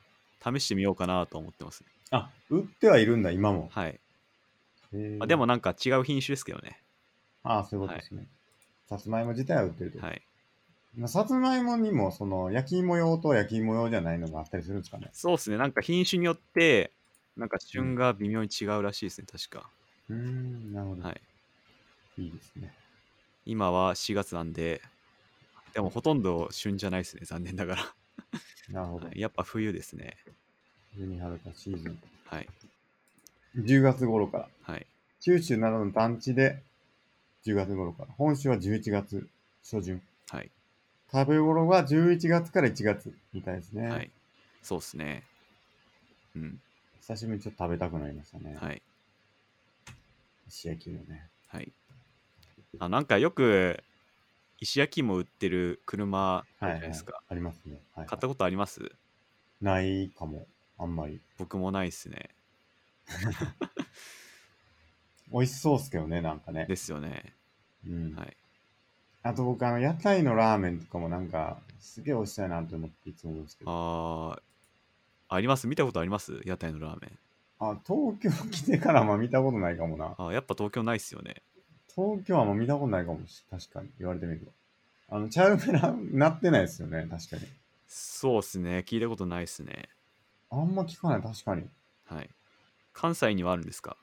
Speaker 2: 試してみようかなと思ってますね。
Speaker 1: あ、売ってはいるんだ、今も。
Speaker 2: はい。
Speaker 1: へ
Speaker 2: ま
Speaker 1: ー
Speaker 2: あ、でもなんか違う品種ですけどね。
Speaker 1: ああ、そういうことですね。さつまいも自体は売ってると。
Speaker 2: はい。
Speaker 1: まあさつまいもにも、その、焼き芋用と焼き芋用じゃないのがあったりするんですかね。
Speaker 2: そうですね。なんか品種によって、なんか旬が微妙に違うらしいですね、確か。
Speaker 1: うーん、なるほど。、
Speaker 2: はいい。
Speaker 1: いですね。
Speaker 2: 今は4月なんで、でもほとんど旬じゃないですね、残念ながら。
Speaker 1: なるほど
Speaker 2: はい。やっぱ冬ですね。
Speaker 1: 紅はるかシーズン。
Speaker 2: はい。
Speaker 1: 10月頃から。
Speaker 2: はい。
Speaker 1: 九州などの団地で10月頃から。本州は11月初旬。
Speaker 2: はい。
Speaker 1: 食べ頃は11月から1月みたいですね。
Speaker 2: はい。そうですね。うん。
Speaker 1: 久しぶりにちょっと食べたくなりましたね。
Speaker 2: はい。
Speaker 1: 石焼き芋ね。
Speaker 2: はい。あなんかよく石焼きも売ってる車あるじゃないですか。
Speaker 1: ありますね。はい、
Speaker 2: 買ったことあります
Speaker 1: ないかも。あんまり。
Speaker 2: 僕もないですね。
Speaker 1: 美味しそうっすけどね、なんかね。
Speaker 2: ですよね。
Speaker 1: うん。
Speaker 2: はい。
Speaker 1: あと僕、あの、屋台のラーメンとかもなんか、すげえ美味しそうやなと思っていつも思うんですけど。
Speaker 2: あーあります見たことあります屋台のラーメン。
Speaker 1: あ、東京来てからあんま見たことないかもな。
Speaker 2: あーやっぱ東京ないっすよね。
Speaker 1: 東京はあんま見たことないかもし確かに。言われてみると。あの、チャルメラなってないですよね、確かに。
Speaker 2: そうっすね。聞いたことないっすね。
Speaker 1: あんま聞かない、確かに。
Speaker 2: はい。関西にはあるんですか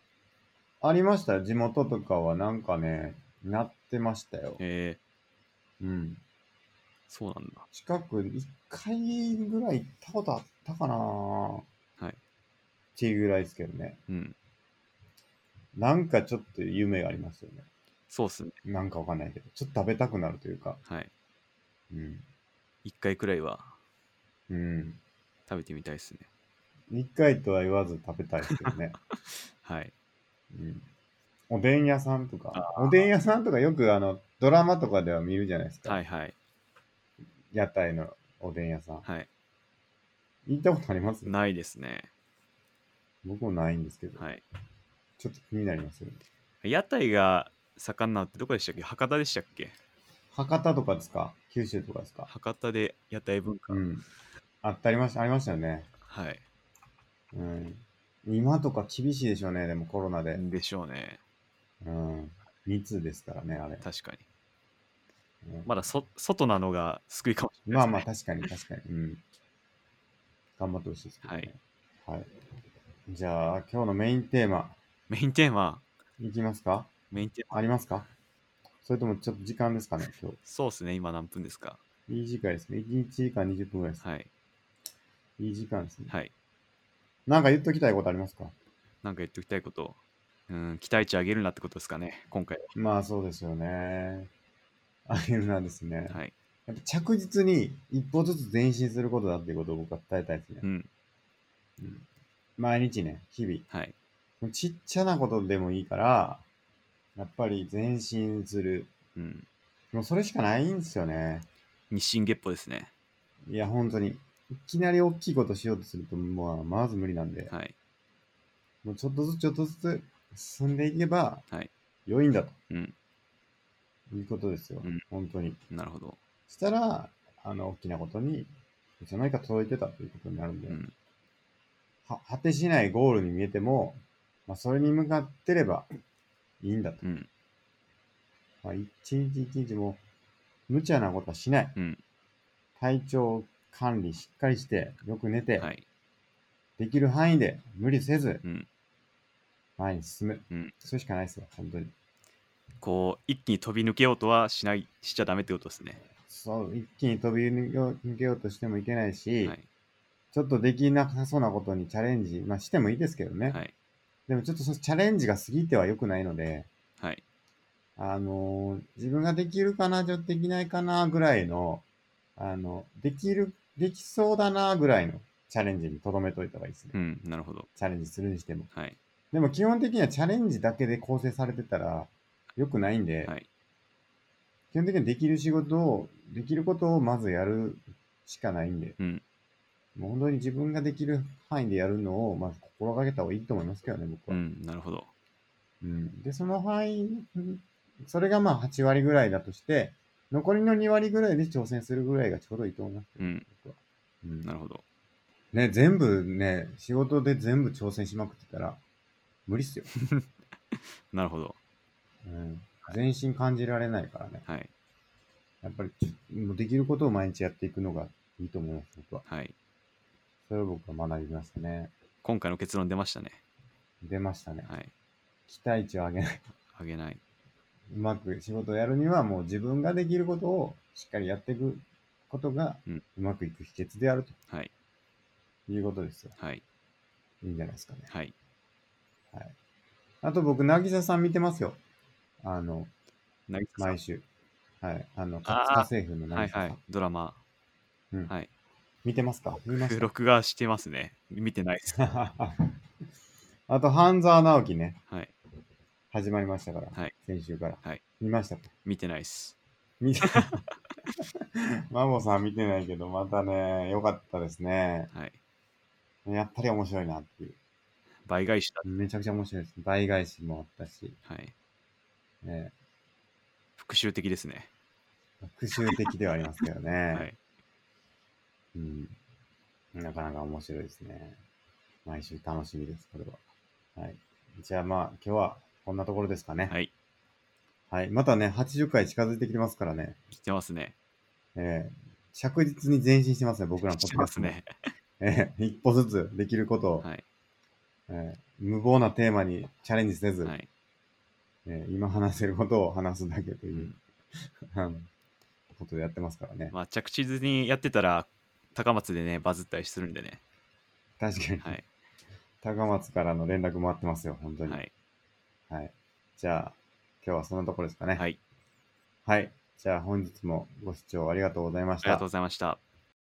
Speaker 1: ありましたよ。地元とかはなんかね、なってましたよ。
Speaker 2: えー、
Speaker 1: うん。
Speaker 2: そうなんだ。
Speaker 1: 近く1回ぐらい行ったことあったかなはいっていうぐらいですけどね。
Speaker 2: うん。
Speaker 1: なんかちょっと夢がありますよね。
Speaker 2: そうっすね。
Speaker 1: なんかわかんないけど。ちょっと食べたくなるというか。
Speaker 2: はい。
Speaker 1: うん。
Speaker 2: 一回くらいは
Speaker 1: うん。
Speaker 2: 食べてみたいっすね。
Speaker 1: 一回とは言わず食べたいですけどね。
Speaker 2: はい。
Speaker 1: うん。おでん屋さんとか。おでん屋さんとかよくあの、ドラマとかでは見るじゃないですか。
Speaker 2: はいはい。
Speaker 1: 屋台のおでん屋さん。
Speaker 2: はい。
Speaker 1: 行ったことあります
Speaker 2: ないですね。
Speaker 1: 僕もないんですけど。
Speaker 2: はい。
Speaker 1: ちょっと気になりますよね。
Speaker 2: 屋台が盛んなのってどこでしたっけ博多でしたっけ
Speaker 1: 博多とかですか九州とかですか
Speaker 2: 博多で屋台文化、
Speaker 1: うん。あったりました、ありましたよね。
Speaker 2: はい
Speaker 1: うん。今とか厳しいでしょうね、でもコロナで。
Speaker 2: でしょうね
Speaker 1: うん。密ですからね、あれ。
Speaker 2: 確かに
Speaker 1: うん
Speaker 2: まだそ外なのが救いかもしれ
Speaker 1: ま
Speaker 2: な
Speaker 1: あ
Speaker 2: いです、ね、
Speaker 1: まあ、確かに確かに。うん。頑張ってほしいですけど、ね。はい。じゃあ、今日のメインテーマ、
Speaker 2: メインテーマ
Speaker 1: いきますか
Speaker 2: メインテーマ
Speaker 1: ありますかそれともちょっと時間ですかね、今
Speaker 2: そうですね今何分ですか
Speaker 1: 日。いい時間ですね。1時間20分ぐらいです。
Speaker 2: はい
Speaker 1: いい時間ですね。
Speaker 2: はい
Speaker 1: なんか言っときたいことありますか
Speaker 2: なんか言っておきたいことうん期待値上げるなってことですかね今回
Speaker 1: まあ、そうですよね。あげるなんですね。
Speaker 2: ははい
Speaker 1: やっぱ着実に一歩ずつ前進することだっていうことを僕は伝えたいですね
Speaker 2: う。ん
Speaker 1: うん毎日ね、日々。
Speaker 2: はい
Speaker 1: もうちっちゃなことでもいいから、やっぱり前進する。
Speaker 2: うん
Speaker 1: もうそれしかないんですよね。
Speaker 2: 日進月歩ですね
Speaker 1: いや、本当に。いきなり大きいことしようとすると、もうまず無理なんで、
Speaker 2: はい
Speaker 1: もうちょっとずつちょっとずつ進んでいけば
Speaker 2: はい
Speaker 1: 良いんだと
Speaker 2: うん
Speaker 1: いうことですよ。
Speaker 2: うん
Speaker 1: 本当に。
Speaker 2: なるほど
Speaker 1: したら、あの、大きなことに、いつの間にか届いてたということになるんで。
Speaker 2: うん
Speaker 1: は果てしないゴールに見えても、まあ、それに向かってればいいんだと。
Speaker 2: うん
Speaker 1: まあ、一日一日もう無茶なことはしない。
Speaker 2: うん
Speaker 1: 体調管理しっかりして、よく寝て、
Speaker 2: はい
Speaker 1: できる範囲で無理せず
Speaker 2: うん
Speaker 1: 前に進む。
Speaker 2: うん
Speaker 1: それしかないですよ、本当に。
Speaker 2: こう一気に飛び抜けようとはしないしちゃダメってことですね
Speaker 1: そう、一気に飛び抜けよう抜けようとしてもいけないし、
Speaker 2: はい
Speaker 1: ちょっとできなさそうなことにチャレンジ、まあ、してもいいですけどね。
Speaker 2: はい
Speaker 1: でもちょっとそのチャレンジが過ぎては良くないので、
Speaker 2: はい
Speaker 1: あのー自分ができるかな、ちょっとできないかな、ぐらいの、あの、できる、できそうだな、ぐらいのチャレンジに留めといた方がいいですね。
Speaker 2: うんなるほど
Speaker 1: チャレンジするにしても。
Speaker 2: はい
Speaker 1: でも基本的にはチャレンジだけで構成されてたら良くないんで、
Speaker 2: はい
Speaker 1: 基本的にできる仕事を、できることをまずやるしかないんで、
Speaker 2: うん
Speaker 1: もう本当に自分ができる範囲でやるのを、まず心がけた方がいいと思いますけどね、僕
Speaker 2: う
Speaker 1: は。
Speaker 2: んなるほど
Speaker 1: うんで、その範囲、それがまあ8割ぐらいだとして、残りの2割ぐらいで挑戦するぐらいがちょうどいいと思います。
Speaker 2: うん
Speaker 1: 僕はうん
Speaker 2: なるほど
Speaker 1: ね、全部ね、仕事で全部挑戦しまくってたら、無理っすよ。
Speaker 2: なるほど
Speaker 1: うん、全身感じられないからね。
Speaker 2: はい
Speaker 1: やっぱりちょ、もうできることを毎日やっていくのがいいと思います、僕は。
Speaker 2: はい
Speaker 1: それを僕は学びましたね。
Speaker 2: 今回の結論出ましたね
Speaker 1: 出ましたね。
Speaker 2: はい
Speaker 1: 期待値を上げない。
Speaker 2: あげない
Speaker 1: うまく仕事をやるには、もう自分ができることをしっかりやっていくことが、
Speaker 2: うん
Speaker 1: うまくいく秘訣である
Speaker 2: はい
Speaker 1: ということですよ。
Speaker 2: はい
Speaker 1: いいんじゃないですかね。
Speaker 2: はい
Speaker 1: はい。あと僕、渚さん見てますよ。あの、
Speaker 2: 渚さん
Speaker 1: 毎週。はい。あの、
Speaker 2: あー
Speaker 1: カツカ政府の
Speaker 2: は
Speaker 1: 渚
Speaker 2: い
Speaker 1: さん。
Speaker 2: はいドラマ
Speaker 1: うん
Speaker 2: はい
Speaker 1: 見てますか見ました。
Speaker 2: 録画してますね見てないです
Speaker 1: あと、半沢直樹ね、
Speaker 2: はい
Speaker 1: 始まりましたから、
Speaker 2: はい
Speaker 1: 先週から。
Speaker 2: はい
Speaker 1: 見ましたか
Speaker 2: 見てないです
Speaker 1: 見 てマモさん見てないけど、またね、良かったですね。
Speaker 2: はい
Speaker 1: やっぱり面白いなっていう。
Speaker 2: 倍返しだ
Speaker 1: めちゃくちゃ面白いです。倍返しもあったし、
Speaker 2: はい
Speaker 1: ね、
Speaker 2: 復讐的ですね
Speaker 1: 復讐的ではありますけどね。
Speaker 2: はい
Speaker 1: うん。なかなか面白いですね。毎週楽しみです、これは。はい。じゃあまあ、今日はこんなところですかね。
Speaker 2: はい
Speaker 1: はい。またね、80回近づいてきてますからね。
Speaker 2: 来てますね
Speaker 1: えー着実に前進してますね、僕らの
Speaker 2: 来てますね
Speaker 1: えー一歩ずつできることを、
Speaker 2: はい
Speaker 1: えー無謀なテーマにチャレンジせず、
Speaker 2: はい
Speaker 1: えー今話せることを話すだけと
Speaker 2: う
Speaker 1: い
Speaker 2: ん
Speaker 1: う、あのことでやってますからね。
Speaker 2: まあ着地図にやってたら高松でねバズったりするんでね
Speaker 1: 確かに、
Speaker 2: はい
Speaker 1: 高松からの連絡もあってますよ、本当に。
Speaker 2: はい
Speaker 1: はい。じゃあ、今日はそんなところですかね。
Speaker 2: はい
Speaker 1: はい。じゃあ本日もご視聴ありがとうございまし
Speaker 2: ありが
Speaker 1: た
Speaker 2: とうご。ざいました